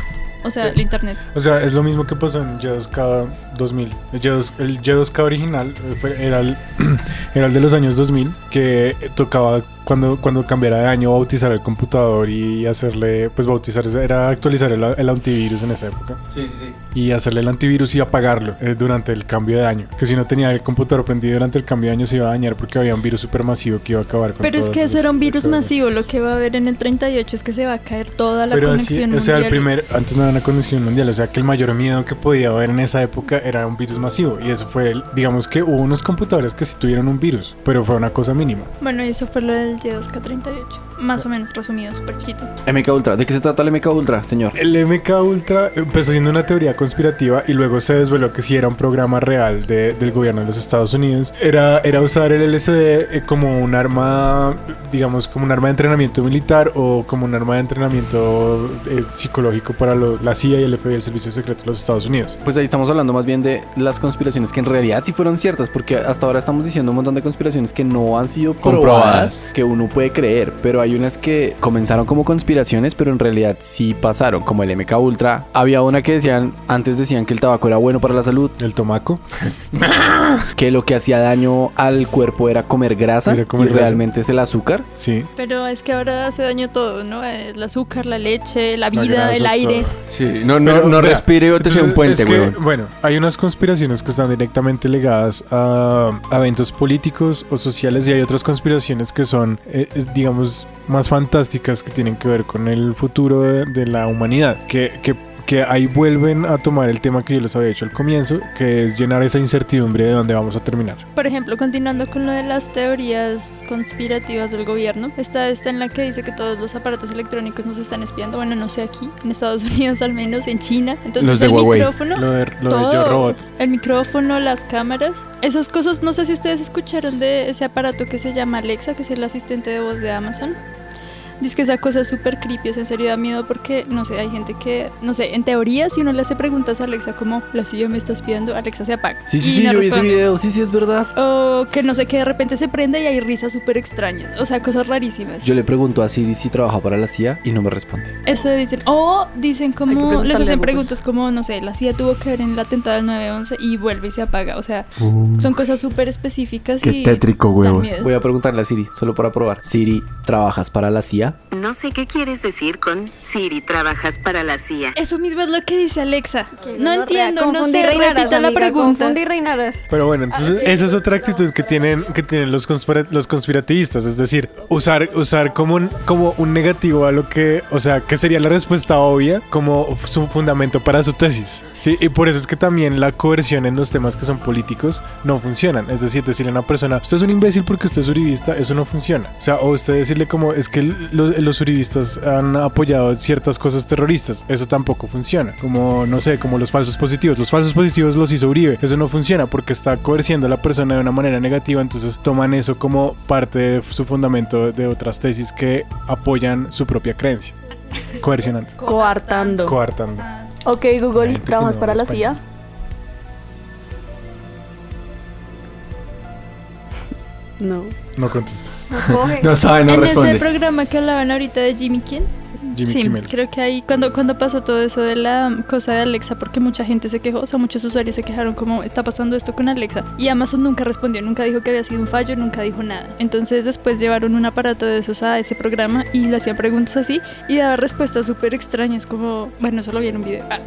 H: O sea, el internet.
C: O sea, es lo mismo que pasó en Y2K 2000. El Y2K, el Y2K original eh, fue- era, el, era el de los años 2000, que tocaba cuando, cuando cambiara de año bautizar el computador y hacerle, pues bautizar, era actualizar el, el antivirus en esa época.
A: Sí, sí, sí.
C: Y hacerle el antivirus y apagarlo eh, durante el cambio de año. Que si no tenía el computador prendido durante el cambio de año se iba a dañar porque había un virus supermasivo que iba a acabar con
H: Pero es
C: todos
H: que eso
C: los
H: era un virus masivo, lo
C: electrodomésticos.
H: que va a haber en el 38 es que se va a caer toda la
C: Pero así,
H: conexión
C: o sea, el
H: mundial.
C: primer, antes no era una conexión mundial, o sea, que el mayor miedo que podía haber en esa época era un virus masivo. Y eso fue, el, digamos que hubo unos computadores que sí tuvieron un virus, pero fue una cosa mínima.
H: Bueno, y eso fue lo del Y2K38. Más o menos resumido, súper chiquito.
D: MK Ultra. ¿De qué se trata el MK Ultra, señor?
C: El MK Ultra empezó siendo una teoría conspirativa y luego se desveló que sí era un programa real de- del gobierno de los Estados Unidos. Era, era usar el LSD eh, como un arma, digamos, como un arma de entrenamiento militar o como un arma de entrenamiento eh, psicológico para lo- la CIA y el FBI, el Servicio Secreto de los Estados Unidos.
D: Pues ahí estamos hablando más bien de las conspiraciones que en realidad sí fueron ciertas, porque hasta ahora estamos diciendo un montón de conspiraciones que no han sido
A: Comprobadas.
D: comprobadas, que uno puede creer, pero hay unas que comenzaron como conspiraciones, pero en realidad sí pasaron, como el MK Ultra. Había una que decían, antes decían que el tabaco era bueno para la salud,
C: El tomaco.
D: que lo que hacía daño al cuerpo era comer grasa
C: Era comer
D: y
C: grasa.
D: realmente es el azúcar.
C: Sí.
H: Pero es que ahora hace daño todo, ¿no? El azúcar, la leche, la vida,
C: grasa,
H: el aire.
C: todo.
A: Sí, no, no,
C: Pero,
A: no
C: vea,
A: respire o te sea un
C: Entonces,
A: puente,
C: es que,
A: weón.
C: Bueno, hay unas conspiraciones que están directamente ligadas a, a eventos políticos o sociales y hay otras conspiraciones que son, eh, es, digamos, más fantásticas que tienen que ver con el futuro de, de la humanidad, que, que- que Porque ahí vuelven a tomar el tema que yo les había hecho al comienzo, que es llenar esa incertidumbre de dónde vamos a terminar.
H: Por ejemplo, continuando con lo de las teorías conspirativas del gobierno, está esta en la que dice que todos los aparatos electrónicos nos están espiando, bueno, no sé aquí, en Estados Unidos al menos, en China. Entonces
E: Los de
H: el
E: Huawei.
H: micrófono,
C: Lo de, lo de
H: todo,
C: Yo Robot.
H: el micrófono, las cámaras, esas cosas, no sé si ustedes escucharon de ese aparato que se llama Alexa, que es el asistente de voz de Amazon. Dice que esa cosa es súper creepy, o sea, en serio da miedo porque, no sé, hay gente que, no sé, en teoría si uno le hace preguntas a Alexa como, la silla me está espiando, Alexa se apaga.
D: Sí, sí,
H: y
D: sí,
H: no
D: yo vi ese
H: responde.
D: video. Sí, sí, es verdad.
H: O que no sé, que de repente se prende y hay risas súper extrañas. O sea, cosas rarísimas.
D: Yo le pregunto a Siri si trabaja para la CIA y no me responde.
H: Eso dicen. O dicen
G: Hay que
H: como,
G: preguntarle
H: les
G: a
H: hacen
G: Google.
H: preguntas como, no sé, la CIA tuvo que ver en el atentado del 9-11 y vuelve y se apaga. O sea, son cosas súper específicas
E: Qué
H: y
E: tétrico,
H: dan
E: huevón.
H: miedo.
D: Voy a preguntarle a Siri, solo para probar. Siri, ¿trabajas para la CIA?
K: No sé qué quieres decir con Siri, trabajas para la CIA.
H: Eso mismo es lo que dice Alexa. No entiendo, no
F: Confundí
H: sé,
F: reinaras,
H: repita la
F: amiga,
H: pregunta.
F: Confundí reinaras.
C: Pero bueno, entonces esa es otra actitud que tienen, que tienen los, conspira- los conspirativistas, es decir, usar, usar como, un, como un negativo a lo que, o sea, que sería la respuesta obvia como su fundamento para su tesis. Sí, y por eso es que también la coerción en los temas que son políticos no funcionan. Es decir, decirle a una persona, usted es un imbécil porque usted es uribista, eso no funciona. O sea, o usted decirle como, es que los, los uribistas han apoyado ciertas cosas terroristas, eso tampoco funciona. Como, no sé, como los falsos positivos. Los falsos positivos los hizo Uribe, eso no funciona porque está coerciendo a la persona de una manera negativa, entonces toman eso como parte de su fundamento de otras tesis que apoyan su propia creencia. Coercionando.
G: Coartando.
C: Coartando.
G: ok,
C: Hay
G: Google,
C: gente que
G: ¿trabajas
C: no
G: para
C: habla
G: la CIA? No.
C: No contesta.
A: No sabe, no
H: en
A: responde.
H: ese programa que hablaban ahorita de Jimmy Kimmel,
C: Jimmy
H: sí,
C: Kimmel.
H: creo que ahí cuando, cuando pasó todo eso de la cosa de Alexa, porque mucha gente se quejó, o sea, muchos usuarios se quejaron como está pasando esto con Alexa. Y Amazon nunca respondió, nunca dijo que había sido un fallo, nunca dijo nada. Entonces después llevaron un aparato de esos a ese programa y le hacían preguntas así y daba respuestas súper extrañas como, bueno, solo vi en un video. Ah.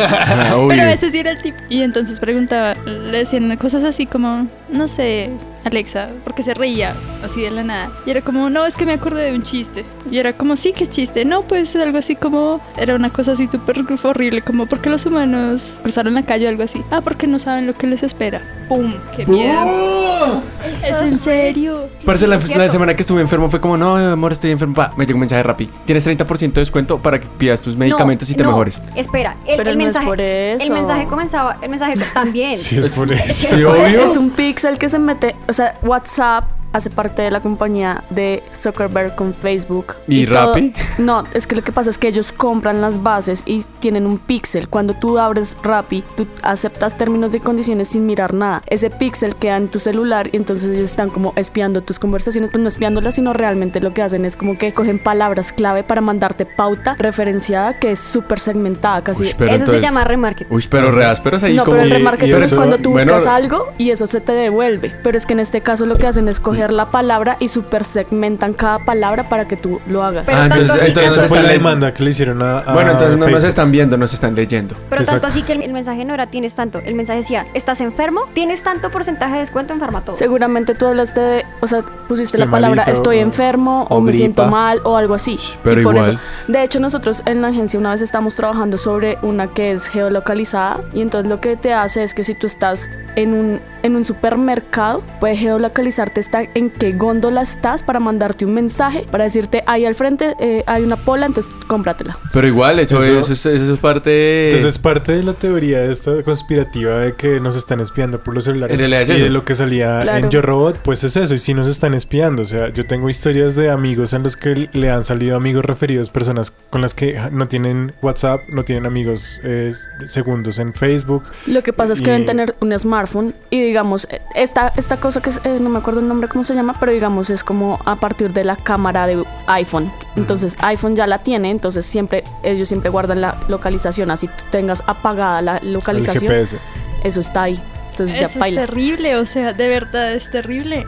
E: Ah, obvio.
H: Pero ese sí era el tip. Y entonces preguntaba, le decían cosas así como, no sé, Alexa, porque se reía así de la nada. Y era como, no, es que me acordé de un chiste. Y era como, sí, qué chiste. No, pues algo así como, era una cosa así súper horrible, como, ¿por qué los humanos cruzaron la calle o algo así? Ah, porque no saben lo que les espera. ¡Pum! ¡Qué miedo! ¿Es
F: Pues
H: en serio?
A: Parce, la,
F: es
A: la
F: cierto.
A: semana que estuve enfermo fue como, no, amor, estoy enfermo. Pa, me llegó un mensaje rápido. Tienes 30% de descuento para que pidas tus medicamentos y te
F: no,
A: mejores.
F: Espera, el,
G: Pero
F: el
G: no es
F: mensaje.
G: por eso.
F: El mensaje comenzaba, el mensaje también.
C: Sí, es por eso.
A: Sí, obvio.
G: Es un pixel que se mete, o sea, WhatsApp hace parte de la compañía de Zuckerberg con Facebook.
A: ¿Y
G: todo-
A: Rappi?
G: No, es que lo que pasa es que ellos compran las bases y tienen un pixel. Cuando tú abres Rappi, tú aceptas términos de condiciones sin mirar nada. Ese pixel queda en tu celular y entonces ellos están como espiando tus conversaciones, pues no espiándolas, sino realmente lo que hacen es como que cogen palabras clave para mandarte pauta referenciada que es súper segmentada, casi
E: Uy, pero
F: Eso
E: entonces-
F: se llama remarketing.
E: Uy, pero re ásperos ahí
G: no,
E: como.
G: pero el
C: y-
G: remarketing
C: y
G: es
C: eso-
G: cuando tú
E: bueno,
G: buscas algo y eso se te devuelve. Pero es que en este caso lo que hacen es coger la palabra y super segmentan cada palabra para que tú lo hagas.
F: Pero
A: Ah,
F: tanto
A: entonces-
F: sí-
A: entonces
C: Esa fue
A: están
C: la
A: le-
C: demanda que le hicieron a, a
A: Bueno, entonces no nos
C: Facebook.
A: están viendo, nos están leyendo.
F: Pero
C: Exacto.
F: tanto así que el, el mensaje no era tienes tanto. El mensaje decía, ¿estás enfermo? ¿Tienes tanto porcentaje de descuento en farmatodo?
G: Seguramente tú hablaste de, o sea, pusiste
C: Estoy
G: la palabra
C: malito,
G: estoy
C: o-
G: enfermo o,
D: o
G: me
D: gripa.
G: siento mal o algo así.
E: Pero
G: Y por
E: igual.
G: eso- de hecho, nosotros en la agencia una vez estamos trabajando sobre una que es geolocalizada y entonces lo que te hace es que si tú estás en un, en un supermercado, puede geolocalizarte está en qué góndola estás para mandarte un mensaje, para decirte ahí al frente eh, hay una pola, entonces cómpratela.
E: Pero igual, eso,
C: Eso-
E: es, eso, es- eso es parte. de-
C: Entonces es parte de la teoría de esta conspirativa de que nos están espiando por los celulares.
A: En realidad es
C: y de
A: eso.
C: lo que salía
G: Claro.
C: en Yo Robot, pues es eso. Y sí nos están espiando. O sea, yo tengo historias de amigos en los que le han salido amigos referidos, personas con las que no tienen WhatsApp, no tienen amigos eh, segundos en Facebook.
G: Lo que pasa es que
C: Y-
G: deben tener un smartphone y digamos, eh, esta, esta cosa que es, eh, no me acuerdo el nombre, cómo se llama, pero digamos es como a partir de la cámara de iPhone. Entonces iPhone ya la tiene, entonces siempre ellos siempre guardan la localización, así tú tengas apagada la
C: El
G: localización,
C: GPS.
G: eso está ahí. Entonces
H: Eso
G: ya
H: es
G: baila.
H: terrible, o sea, de verdad es terrible.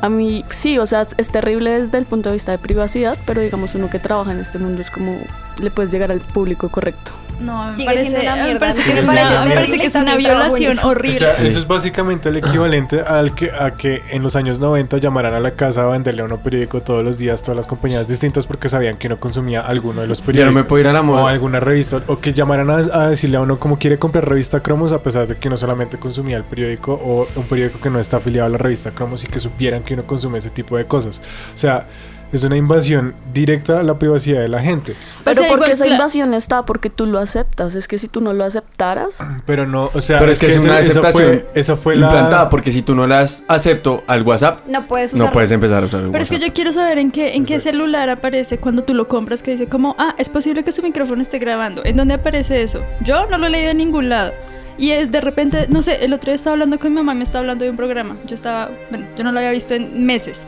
G: A mí sí, o sea, es- es terrible desde el punto de vista de privacidad, pero digamos uno que trabaja en este mundo es como le puedes llegar al público correcto.
H: No, me
F: Sigue
H: parece,
F: siendo una
H: me
F: mierda,
H: parece
F: ¿no?
H: que
F: Me
H: es
F: parece
H: una, me
F: terrible
H: parece que es una
F: también trabajo en
H: violación
F: eso.
H: horrible.
C: O sea,
L: Sí.
C: eso es básicamente el equivalente al que, a que en los años 90 llamaran a la casa a venderle a uno periódico todos los días, todas las compañías distintas, porque sabían que uno consumía alguno de los
E: Ya no
C: periódicos.
E: me puedo ir a la moda.
C: O alguna revista. O que llamaran a, a decirle a uno cómo quiere comprar revista Cromos, a pesar de que uno solamente consumía el periódico o un periódico que no está afiliado a la revista Cromos y que supieran que uno consume ese tipo de cosas. O sea. Es una invasión directa a la privacidad de la gente.
G: Pero
H: sea, Pues,
G: porque
H: eh, igual,
G: esa
H: cla-
G: invasión está, porque tú lo aceptas. Es que si tú no lo aceptaras,
C: Pero no, o sea,
E: Pero es que es
C: ese-
E: una
C: esa fue-
E: aceptación
C: esa fue la.
E: Implantada, porque si tú no las acepto al WhatsApp,
F: No puedes usar.
E: no puedes empezar a usar el
H: Pero es que
E: WhatsApp.
H: yo quiero saber en qué, en qué
C: Exacto.
H: celular aparece cuando tú lo compras que dice como, ah, es posible que su micrófono esté grabando. ¿En dónde aparece eso? Yo no lo he leído en ningún lado. Y es de repente, no sé, el otro día estaba hablando con mi mamá, me estaba hablando de un programa. Yo estaba, bueno, yo no lo había visto en meses.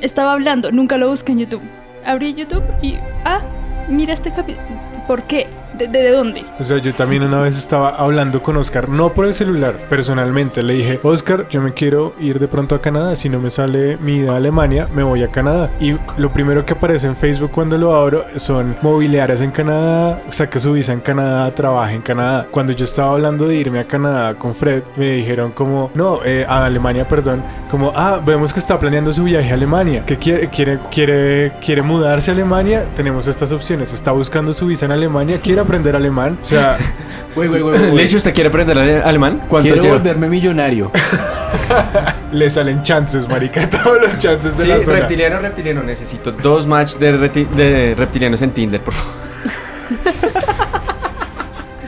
H: Estaba hablando, nunca lo busqué en YouTube. Abrí YouTube y, ah, mira este capítulo. ¿Por qué? ¿De, de, de dónde?
C: O sea, yo también una vez estaba hablando con Oscar, no por el celular, personalmente. Le dije, Oscar, yo me quiero ir de pronto a Canadá. Si no me sale mi ida a Alemania, me voy a Canadá. Y lo primero que aparece en Facebook cuando lo abro son mobiliarias en Canadá, saca su visa en Canadá, trabaja en Canadá. Cuando yo estaba hablando de irme a Canadá con Fred, me dijeron como, no, eh, a Alemania, perdón, como, ah, vemos que está planeando su viaje a Alemania, que quiere, quiere, quiere, quiere mudarse a Alemania, tenemos estas opciones. Está buscando su visa en Alemania, quiere aprender alemán. O sea,
D: Güey, güey, güey,
E: De
D: güey.
E: hecho, ¿usted quiere aprender ale- alemán? ¿Cuánto
D: Quiero
E: lleva?
D: volverme millonario.
C: le salen chances, marica, todos los chances de
E: Sí,
C: la zona.
E: reptiliano, reptiliano. Necesito dos match de, reti- de reptilianos en Tinder, por favor.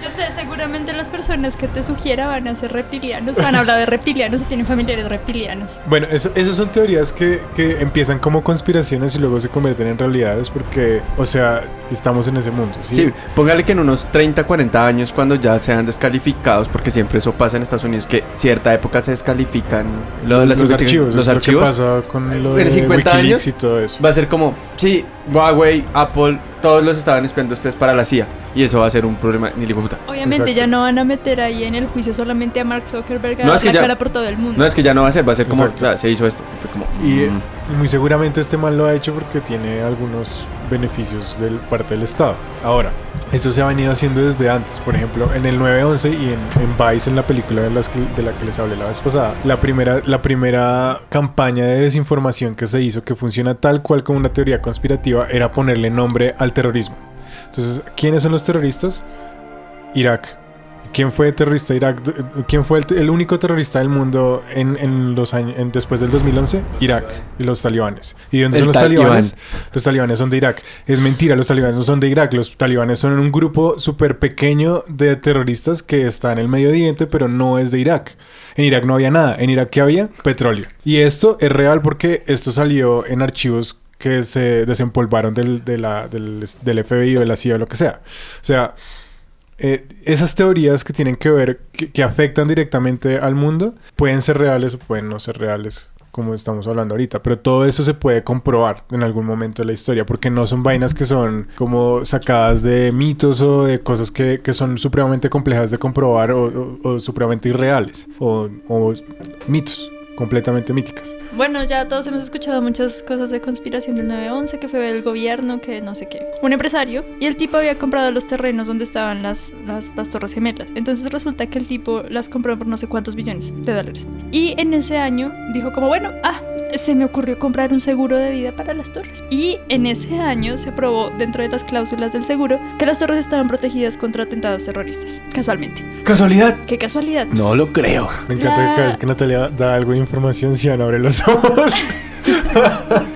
H: Yo sé, seguramente las personas que te sugiera van a ser reptilianos, van a hablar de reptilianos y tienen familiares reptilianos.
C: Bueno, eso- esas son teorías que, que empiezan como conspiraciones y luego se convierten en realidades porque, o sea, estamos en ese mundo. Sí,
E: Sí. póngale que en unos 30, 40 años, cuando ya sean descalificados, porque siempre eso pasa en Estados Unidos, que cierta época se descalifican lo- las
C: los,
E: investigaciones-
C: archivos.
E: los
C: es lo que
E: archivos.
C: pasa con lo
E: En
C: de
E: 50
C: Wikileaks
E: años.
C: y todo eso.
E: Va a ser como, sí, Huawei, Apple, todos los estaban esperando ustedes para la CIA. Y eso va a ser un problema, ni le puta.
H: Obviamente
C: Exacto.
H: ya no van a meter ahí en el juicio solamente a Mark Zuckerberg a
E: No,
H: dar
E: es que
H: la
E: ya-
H: cara por todo el mundo.
E: No es que ya no va a ser, va a ser como,
C: Exacto.
E: o sea, se hizo esto. Fue como,
C: Y, eh,
E: mm.
C: y muy seguramente este mal lo ha hecho porque tiene algunos beneficios del parte del Estado. Ahora, eso se ha venido haciendo desde antes. Por ejemplo, en el 911 y en, en Vice, en la película de, las que- de la que les hablé la vez pasada, la primera, la primera campaña de desinformación que se hizo, que funciona tal cual como una teoría conspirativa, era ponerle nombre al terrorismo. Entonces, ¿quiénes son los terroristas? Irak. ¿Quién fue terrorista Irak? ¿Quién fue el, te- el único terrorista del mundo en, en los años en- después del 2011? Irak y los talibanes. ¿Y dónde
E: El
C: son los
E: talibán.
C: talibanes? Los talibanes son de Irak. Es mentira, los talibanes no son de Irak. Los talibanes son un grupo súper pequeño de terroristas que está en el Medio Oriente, pero no es de Irak. En Irak no había nada. En Irak, ¿qué había? Petróleo. Y esto es real porque esto salió en archivos que se desempolvaron del, de la- del, del FBI o de la CIA o lo que sea. O sea, eh, esas teorías que tienen que ver, que, que afectan directamente al mundo, pueden ser reales o pueden no ser reales, como estamos hablando ahorita. Pero todo eso se puede comprobar en algún momento de la historia, porque no son vainas que son como sacadas de mitos o de cosas que, que son supremamente complejas de comprobar o, o- o supremamente irreales, o, o mitos, completamente míticas.
H: Bueno, ya todos hemos escuchado muchas cosas de conspiración del 911, que fue el gobierno, que no sé qué. Un empresario, y el tipo había comprado los terrenos donde estaban las, las, las torres gemelas. Entonces resulta que el tipo las compró por no sé cuántos billones de dólares. Y en ese año dijo como, bueno, ah, se me ocurrió comprar un seguro de vida para las torres. Y en ese año se probó dentro de las cláusulas del seguro que las torres estaban protegidas contra atentados terroristas, casualmente.
E: casualidad.
H: Qué casualidad.
D: No lo creo.
C: Me encanta que cada vez que Natalia da algo de información, Sian abre los ojos.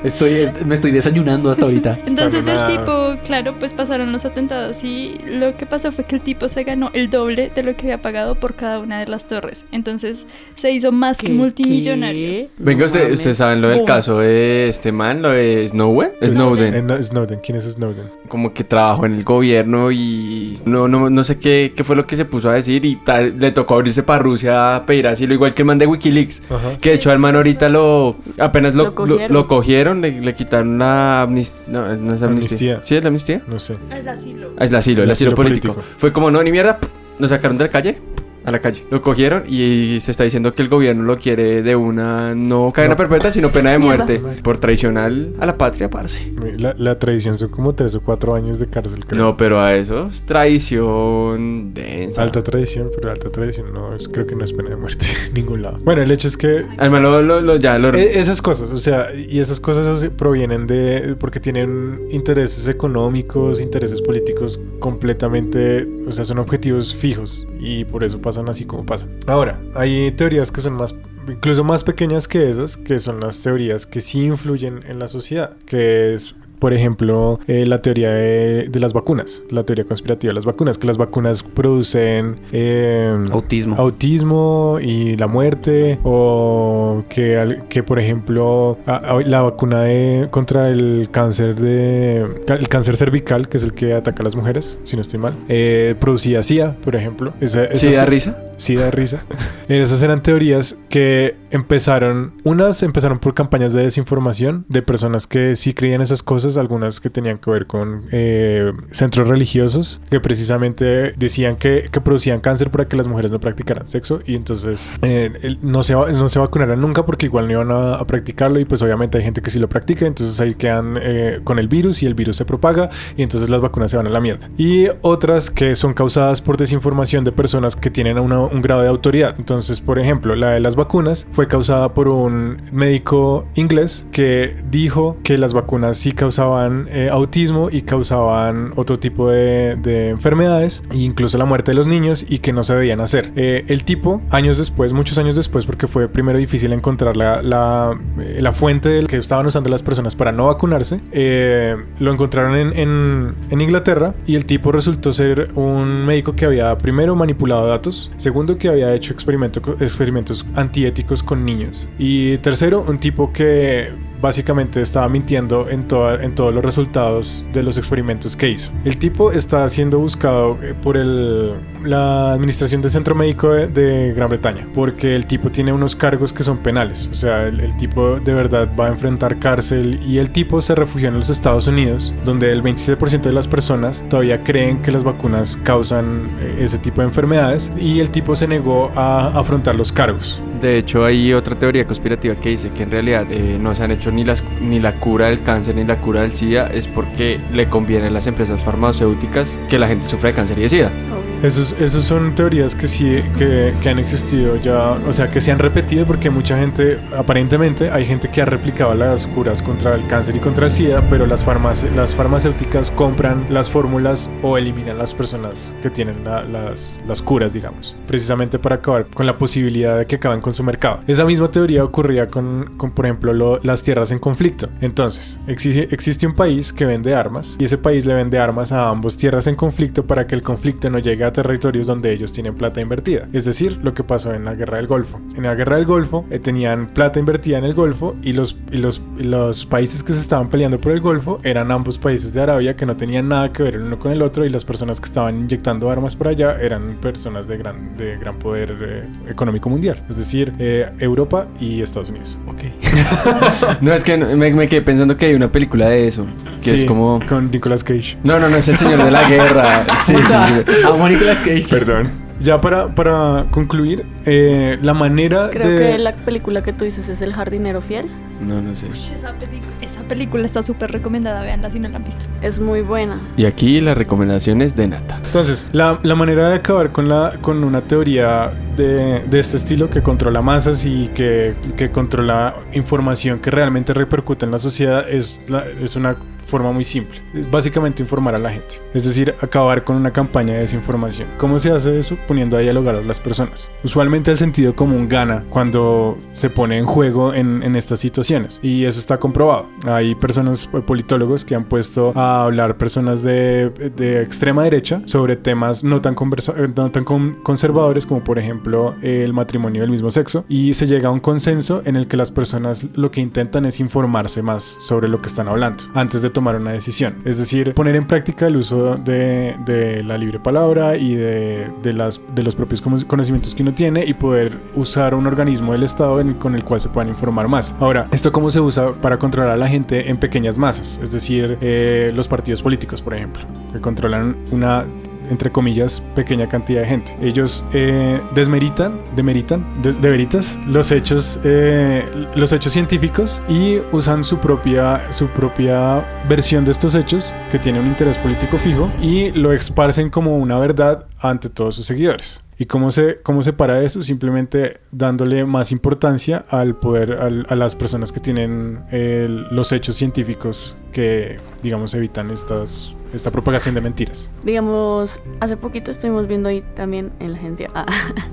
D: Estoy, es- me estoy desayunando hasta ahorita.
H: Entonces el
C: Están en
H: tipo, claro, pues pasaron los atentados y lo que pasó fue que el tipo se ganó el doble de lo que había pagado por cada una de las torres. Entonces se hizo más que multimillonario.
E: Venga, usted,
G: mames.
E: ustedes saben lo del
G: Boom.
E: caso de este man, lo de Snowden. Snowden.
C: Eh, no, Snowden, ¿quién es Snowden?
E: como que trabajó en el gobierno y no, no, no sé qué, qué fue lo que se puso a decir y tal, le tocó abrirse para Rusia a pedir asilo, igual que el man de Wikileaks.
C: Ajá.
E: Que de hecho al man ahorita lo apenas lo,
G: Lo
E: pues, lo
G: cogieron.
E: cogieron, lo, cogieron le, le quitaron la amnistía. No, no es amnistía.
C: Amnistía.
E: ¿Sí es la amnistía?
C: No sé.
H: Es así, lo-
E: Ah, es el asilo, el,
C: El
E: asilo,
C: asilo
E: político.
C: político.
E: Fue como no, ni mierda, pff, nos sacaron de la calle, pff,
A: a la calle. Lo cogieron y se está diciendo que el gobierno lo quiere de una, no cadena
C: No.
A: perpetua, sino pena de
H: Mierda.
A: muerte. Por traicionar a la patria, parce.
C: La, la traición son como tres o cuatro años de cárcel, creo.
A: No, pero a eso es traición densa.
C: Alta traición, pero alta traición no es- creo que no es pena de muerte en ningún lado. Bueno, el hecho es que
A: Además, lo, lo- lo- ya lo...
C: E- Esas cosas, o sea, y esas cosas o sea, provienen de. porque tienen intereses económicos, intereses políticos completamente. o sea, son objetivos fijos y por eso pasan así como pasan. Ahora, hay teorías que son más. incluso más pequeñas que esas, que son las teorías que sí influyen en la sociedad, que es. Por ejemplo, eh, la teoría de, de las vacunas, la teoría conspirativa de las vacunas, que las vacunas producen eh,
D: Autismo.
C: autismo y la muerte o que, al- que por ejemplo a- a- la vacuna de, contra el cáncer de ca- el cáncer cervical que es el que ataca a las mujeres si no estoy mal eh, producía SIDA por ejemplo Esa-
A: ¿Sí
C: esas-
A: da risa?
C: Sí, da risa. Esas eran teorías que empezaron, unas empezaron por campañas de desinformación de personas que sí creían esas cosas, algunas que tenían que ver con eh, centros religiosos, que precisamente decían que, que producían cáncer para que las mujeres no practicaran sexo y entonces eh, el- no, se, va- no se vacunaran nunca porque igual no iban a, a practicarlo y pues obviamente hay gente que sí lo practica, entonces ahí quedan eh, con el virus y el virus se propaga y entonces las vacunas se van a la mierda. Y otras que son causadas por desinformación de personas que tienen una- un grado de autoridad. Entonces, por ejemplo, la de las vacunas fue causada por un médico inglés que dijo que las vacunas sí causaban eh, autismo y causaban otro tipo de, de enfermedades, e incluso la muerte de los niños y que no se debían hacer. Eh, el tipo, años después, muchos años después, porque fue primero difícil encontrar la, la, eh, la fuente del que estaban usando las personas para no vacunarse, eh, lo encontraron en, en- en Inglaterra y el tipo resultó ser un médico que había primero manipulado datos, segundo que había hecho experimento, experimentos antiéticos con niños y tercero un tipo que básicamente estaba mintiendo en, toda- en todos los resultados de los experimentos que hizo. El tipo está siendo buscado eh, por el, la Administración del Centro Médico de, de Gran Bretaña, porque el tipo tiene unos cargos que son penales, o sea, el, el tipo de verdad va a enfrentar cárcel y el tipo se refugió en los Estados Unidos, donde el 27% de las personas todavía creen que las vacunas causan eh, ese tipo de enfermedades y el tipo se negó a afrontar los cargos.
A: De hecho, hay otra teoría conspirativa que dice que en realidad eh, no se han hecho ni, las, ni la cura del cáncer ni la cura del SIDA es porque le conviene a las empresas farmacéuticas que la gente sufra de cáncer y de SIDA.
G: Obvio.
C: Esos, esos son teorías que sí que, que han existido ya, o sea, que se han repetido porque mucha gente, aparentemente, hay gente que ha replicado las curas contra el cáncer y contra el SIDA, pero las, farmac- las farmacéuticas compran las fórmulas o eliminan las personas que tienen la- las, las curas, digamos, precisamente para acabar con la posibilidad de que acaben con su mercado. Esa misma teoría ocurría con, con, por ejemplo, lo- las tierras en conflicto. Entonces, exige- existe un país que vende armas y ese país le vende armas a ambos tierras en conflicto para que el conflicto no llegue a territorios donde ellos tienen plata invertida. Es decir, lo que pasó en la guerra del Golfo. En la guerra del Golfo eh, tenían plata invertida en el Golfo y los, y los, y los países que se estaban peleando por el Golfo eran ambos países de Arabia que no tenían nada que ver el uno con el otro y las personas que estaban inyectando armas por allá eran personas de gran, de gran poder eh, económico mundial. Es decir, eh, Europa y Estados Unidos.
A: No, es que no- me, me quedé pensando que hay una película de eso, que es
C: Sí,
A: como...
C: Con Nicolas Cage.
A: No, no, no, es el señor de la guerra. Sí.
D: Ah, Amo a Nicolas Cage.
C: Perdón. Ya para, para concluir, eh, la manera
G: Creo
C: de...
G: que la película que tú dices es El jardinero fiel.
A: No, no sé.
H: Esa, pelicu- esa película está súper recomendada, véanla si no la han visto.
G: Es muy buena.
A: Y aquí las recomendaciones de Nata.
C: Entonces, la, la manera de acabar con, la, con una teoría de, de este estilo que controla masas y que, que controla información que realmente repercute en la sociedad es, la- es una forma muy simple. Es básicamente informar a la gente. Es decir, acabar con una campaña de desinformación. ¿Cómo se hace eso? Poniendo a dialogar a las personas. Usualmente el sentido común gana cuando se pone en juego en, en estas situaciones. Y eso está comprobado. Hay personas, eh, politólogos, que han puesto a hablar personas de, de extrema derecha sobre temas no tan, conversa- eh, no tan con- conservadores como por ejemplo el matrimonio del mismo sexo. Y se llega a un consenso en el que las personas lo que intentan es informarse más sobre lo que están hablando antes de tomar una decisión. Es decir, poner en práctica el uso de, de la libre palabra y de, de las, de los propios cono- conocimientos que uno tiene y poder usar un organismo del Estado en- con el cual se puedan informar más. Ahora, ¿esto cómo se usa para controlar a la gente en pequeñas masas? Es decir, eh, los partidos políticos, por ejemplo, que controlan una entre comillas, pequeña cantidad de gente. Ellos eh, desmeritan, demeritan, de, de veritas, los hechos, eh, los hechos científicos y usan su propia, su propia versión de estos hechos que tiene un interés político fijo y lo esparcen como una verdad ante todos sus seguidores. ¿Y cómo se, cómo se para eso? Simplemente dándole más importancia al poder, al- a las personas que tienen eh, los hechos científicos que, digamos, evitan estas, esta propagación de mentiras.
G: Digamos, hace poquito estuvimos viendo ahí también en la agencia ah,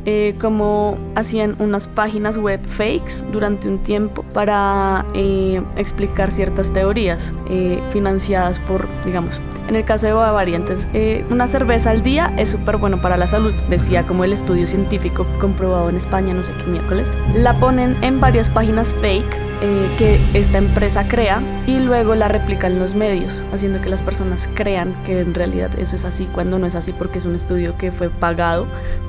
G: eh, cómo hacían unas páginas web fakes durante un tiempo para eh, explicar ciertas teorías eh, financiadas por, digamos, en el caso de Bavariantes, eh, una cerveza al día es súper bueno para la salud, decía como el estudio científico comprobado en España, no sé qué miércoles. La ponen en varias páginas fake eh, que esta empresa crea y luego la replican los medios, haciendo que las personas crean que en realidad eso es así cuando no es así porque es un estudio que fue pagado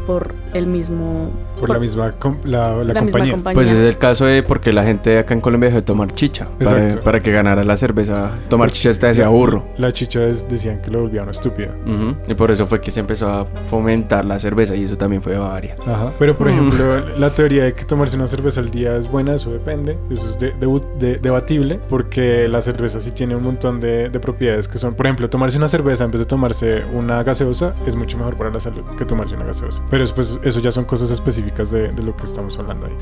G: por el mismo
C: Por la misma, com- la, la
G: la misma
C: compañía.
G: compañía.
E: Pues es el caso de porque la gente acá en Colombia dejó de tomar chicha para,
C: Exacto.
E: para que ganara la cerveza. Tomar chicha está decía burro.
C: La chicha es- decían que lo volvieron estúpido.
E: Ujú. Y por eso fue que se empezó a fomentar la cerveza y eso también fue de Bavaria.
C: Ajá. Pero por
E: Mm.
C: ejemplo, la teoría de que tomarse una cerveza al día es buena, eso depende, eso es de- debu- de- debatible, porque la cerveza sí tiene un montón de, de propiedades que son, por ejemplo, tomarse una cerveza en vez de tomarse una gaseosa es mucho mejor para la salud que tomarse una gaseosa. Pero después eso ya son cosas específicas de, de lo que estamos hablando ahí.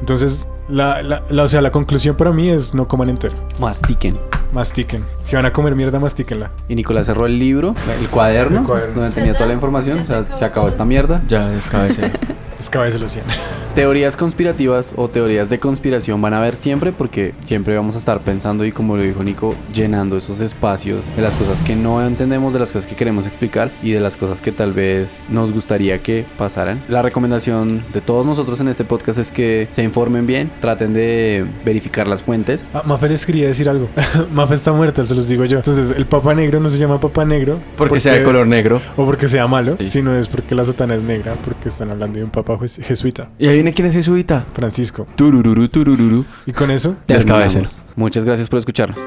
C: Entonces, la, la- la- o sea, la conclusión para mí es no coman entero,
D: Mastiquen.
C: mastiquen. Si van a comer mierda, mastíquenla.
D: Y Nicolás cerró el libro, el cuaderno,
C: El cuaderno.
D: donde tenía toda la información. O sea, se acabó esta mierda.
E: Ya descabecé.
C: Es que a veces lo siento.
D: Teorías conspirativas o teorías de conspiración van a haber siempre porque siempre vamos a estar pensando y como lo dijo Nico, llenando esos espacios de las cosas que no entendemos, de las cosas que queremos explicar y de las cosas que tal vez nos gustaría que pasaran. La recomendación de todos nosotros en este podcast es que se informen bien, traten de verificar las fuentes.
C: Ah, Mafe les quería decir algo. Mafe está muerta, se los digo yo. Entonces, el Papa Negro no se llama Papa Negro.
E: Porque sea de color negro.
C: O porque sea malo,
E: Sí.
C: sino es porque la sotana es negra, porque están hablando de un Papa jes- jesuita,
E: Y ahí viene quién es jesuita.
C: Francisco.
E: Turururu, turururu.
C: Y con eso,
E: Descabecen.
D: Terminamos. Muchas gracias por escucharnos.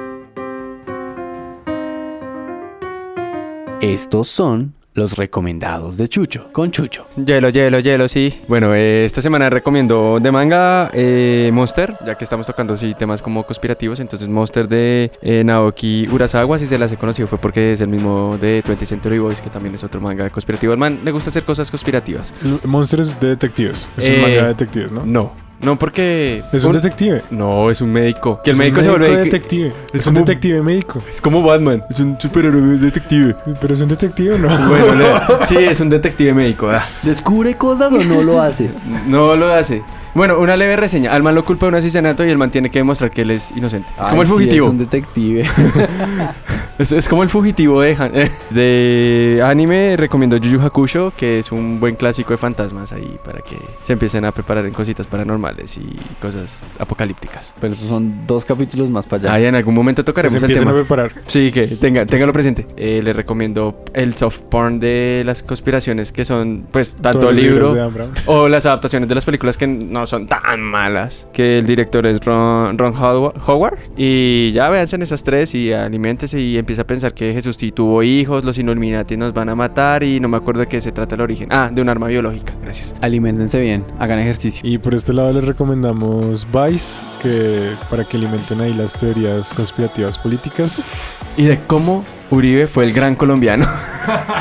D: Estos son los recomendados de Chucho, con Chucho.
E: Hielo, hielo, hielo, sí. Bueno, eh, esta semana recomiendo de manga eh, Monster, ya que estamos tocando sí, temas como conspirativos. Entonces, Monster de eh, Naoki Urasawa, si se las he conocido, fue porque es el mismo de 20th Century Boys, que también es otro manga conspirativo. El man le gusta hacer cosas conspirativas.
C: L- Monsters de detectives. Es
E: Eh,
C: un manga de detectives, ¿no?
E: No, no porque.
C: Es un
E: un-
C: detective.
E: No, es un médico. Que el
C: Es un
E: médico, se vuelve.
C: detective. Es
E: Es
C: un
E: como-
C: detective médico.
E: Es como Batman, es un superhéroe detective.
C: Pero es un detective o no.
E: Bueno, le- sí, es un detective médico. ah.
D: ¿Descubre cosas o no lo hace?
E: No lo hace. Bueno, una leve reseña. Al man lo culpa de un asesinato y el man tiene que demostrar que él es inocente. Es como el
D: Ay, sí,
E: fugitivo.
D: es un detective.
E: Es, es como el fugitivo de, Han- eh, de anime. Recomiendo Yu Yu Hakusho, que es un buen clásico de fantasmas ahí para que se empiecen a preparar en cositas paranormales y cosas apocalípticas.
D: Pero esos son dos capítulos más para allá.
E: Ahí en algún momento
C: Que se
E: tocaremos el
C: Pues empiecen a
E: tema.
C: preparar.
E: Sí, que tenga, téngalo presente. Eh, le recomiendo el soft porn de las conspiraciones que son, pues, tanto
C: Todos los libros
E: libro
C: de Dan Brown.
E: o las adaptaciones de las películas que no son tan malas. Que el director es Ron, Ron Howard, Howard. Y ya véanse en esas tres y aliméntese y empieza a pensar que Jesús sí tuvo hijos, los Illuminati nos van a matar y no me acuerdo de qué se trata el origen. Ah, de un arma biológica. Gracias.
D: Aliméntense bien, hagan ejercicio.
C: Y por este lado les recomendamos Vice, que para que alimenten ahí las teorías conspirativas políticas.
E: Y de cómo Uribe fue el gran colombiano.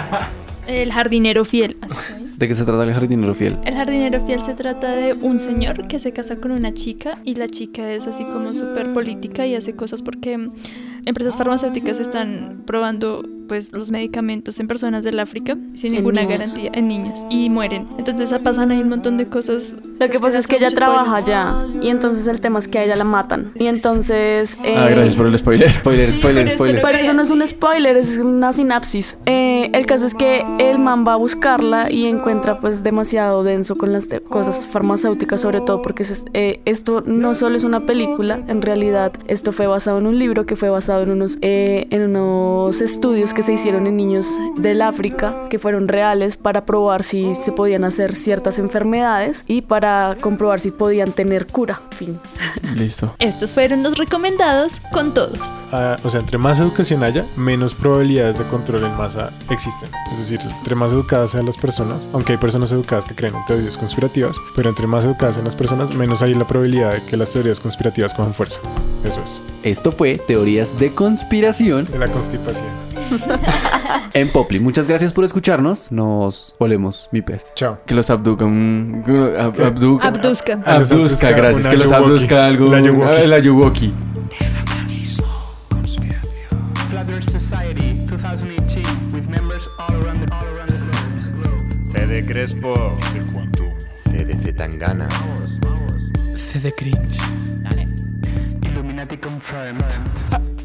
H: El jardinero fiel. así.
D: ¿De qué se trata el jardinero fiel?
H: El jardinero fiel se trata de un señor que se casa con una chica y la chica es así como súper política y hace cosas porque mm, empresas farmacéuticas están probando pues los medicamentos en personas del África sin
G: En
H: ninguna
G: niños.
H: garantía en niños y mueren. Entonces ah, pasan ahí un montón de cosas.
G: Lo que
H: Pues
G: pasa
H: que
G: es que
H: hace
G: ella
H: mucho
G: trabaja allá y entonces el tema es que a ella la matan. Y entonces...
E: Ah,
G: eh,
E: gracias por el spoiler. Spoiler,
H: Sí, spoiler, pero eso spoiler.
G: Pero eso no es un spoiler, es una sinapsis. Eh, el caso es que el man va a buscarla y encuentra pues demasiado denso con las te- cosas farmacéuticas sobre todo porque se- eh, esto no solo es una película, en realidad esto fue basado en un libro que fue basado en unos, eh, en unos estudios que se hicieron en niños del África, que fueron reales para probar si se podían hacer ciertas enfermedades y para comprobar si podían tener cura. Fin.
E: Listo.
H: Estos fueron los recomendados con todos.
C: Ah, o sea, entre más educación haya, menos probabilidades de control en masa existen. Es decir, entre más educadas sean las personas, aunque hay personas educadas que creen en teorías conspirativas, pero entre más educadas sean las personas, menos hay la probabilidad de que las teorías conspirativas cojan fuerza. Eso es,
D: Esto fue Teorías de Conspiración
C: de la constipación.
D: en Popli. Muchas gracias por escucharnos. Nos olemos, mi pez.
C: Chao.
E: Que los abducan. ab- abducan.
H: Abduzca.
C: A los
E: Abduzca,
C: abduzca
E: gracias.
C: una
E: Que los
C: yuwoki.
E: abduzca algo.
C: La yuwoki.
E: Ah, La yuwoki.
M: Fede Crespo. Fede Tangana.
E: Se de cringe.
M: Illuminati confirmed.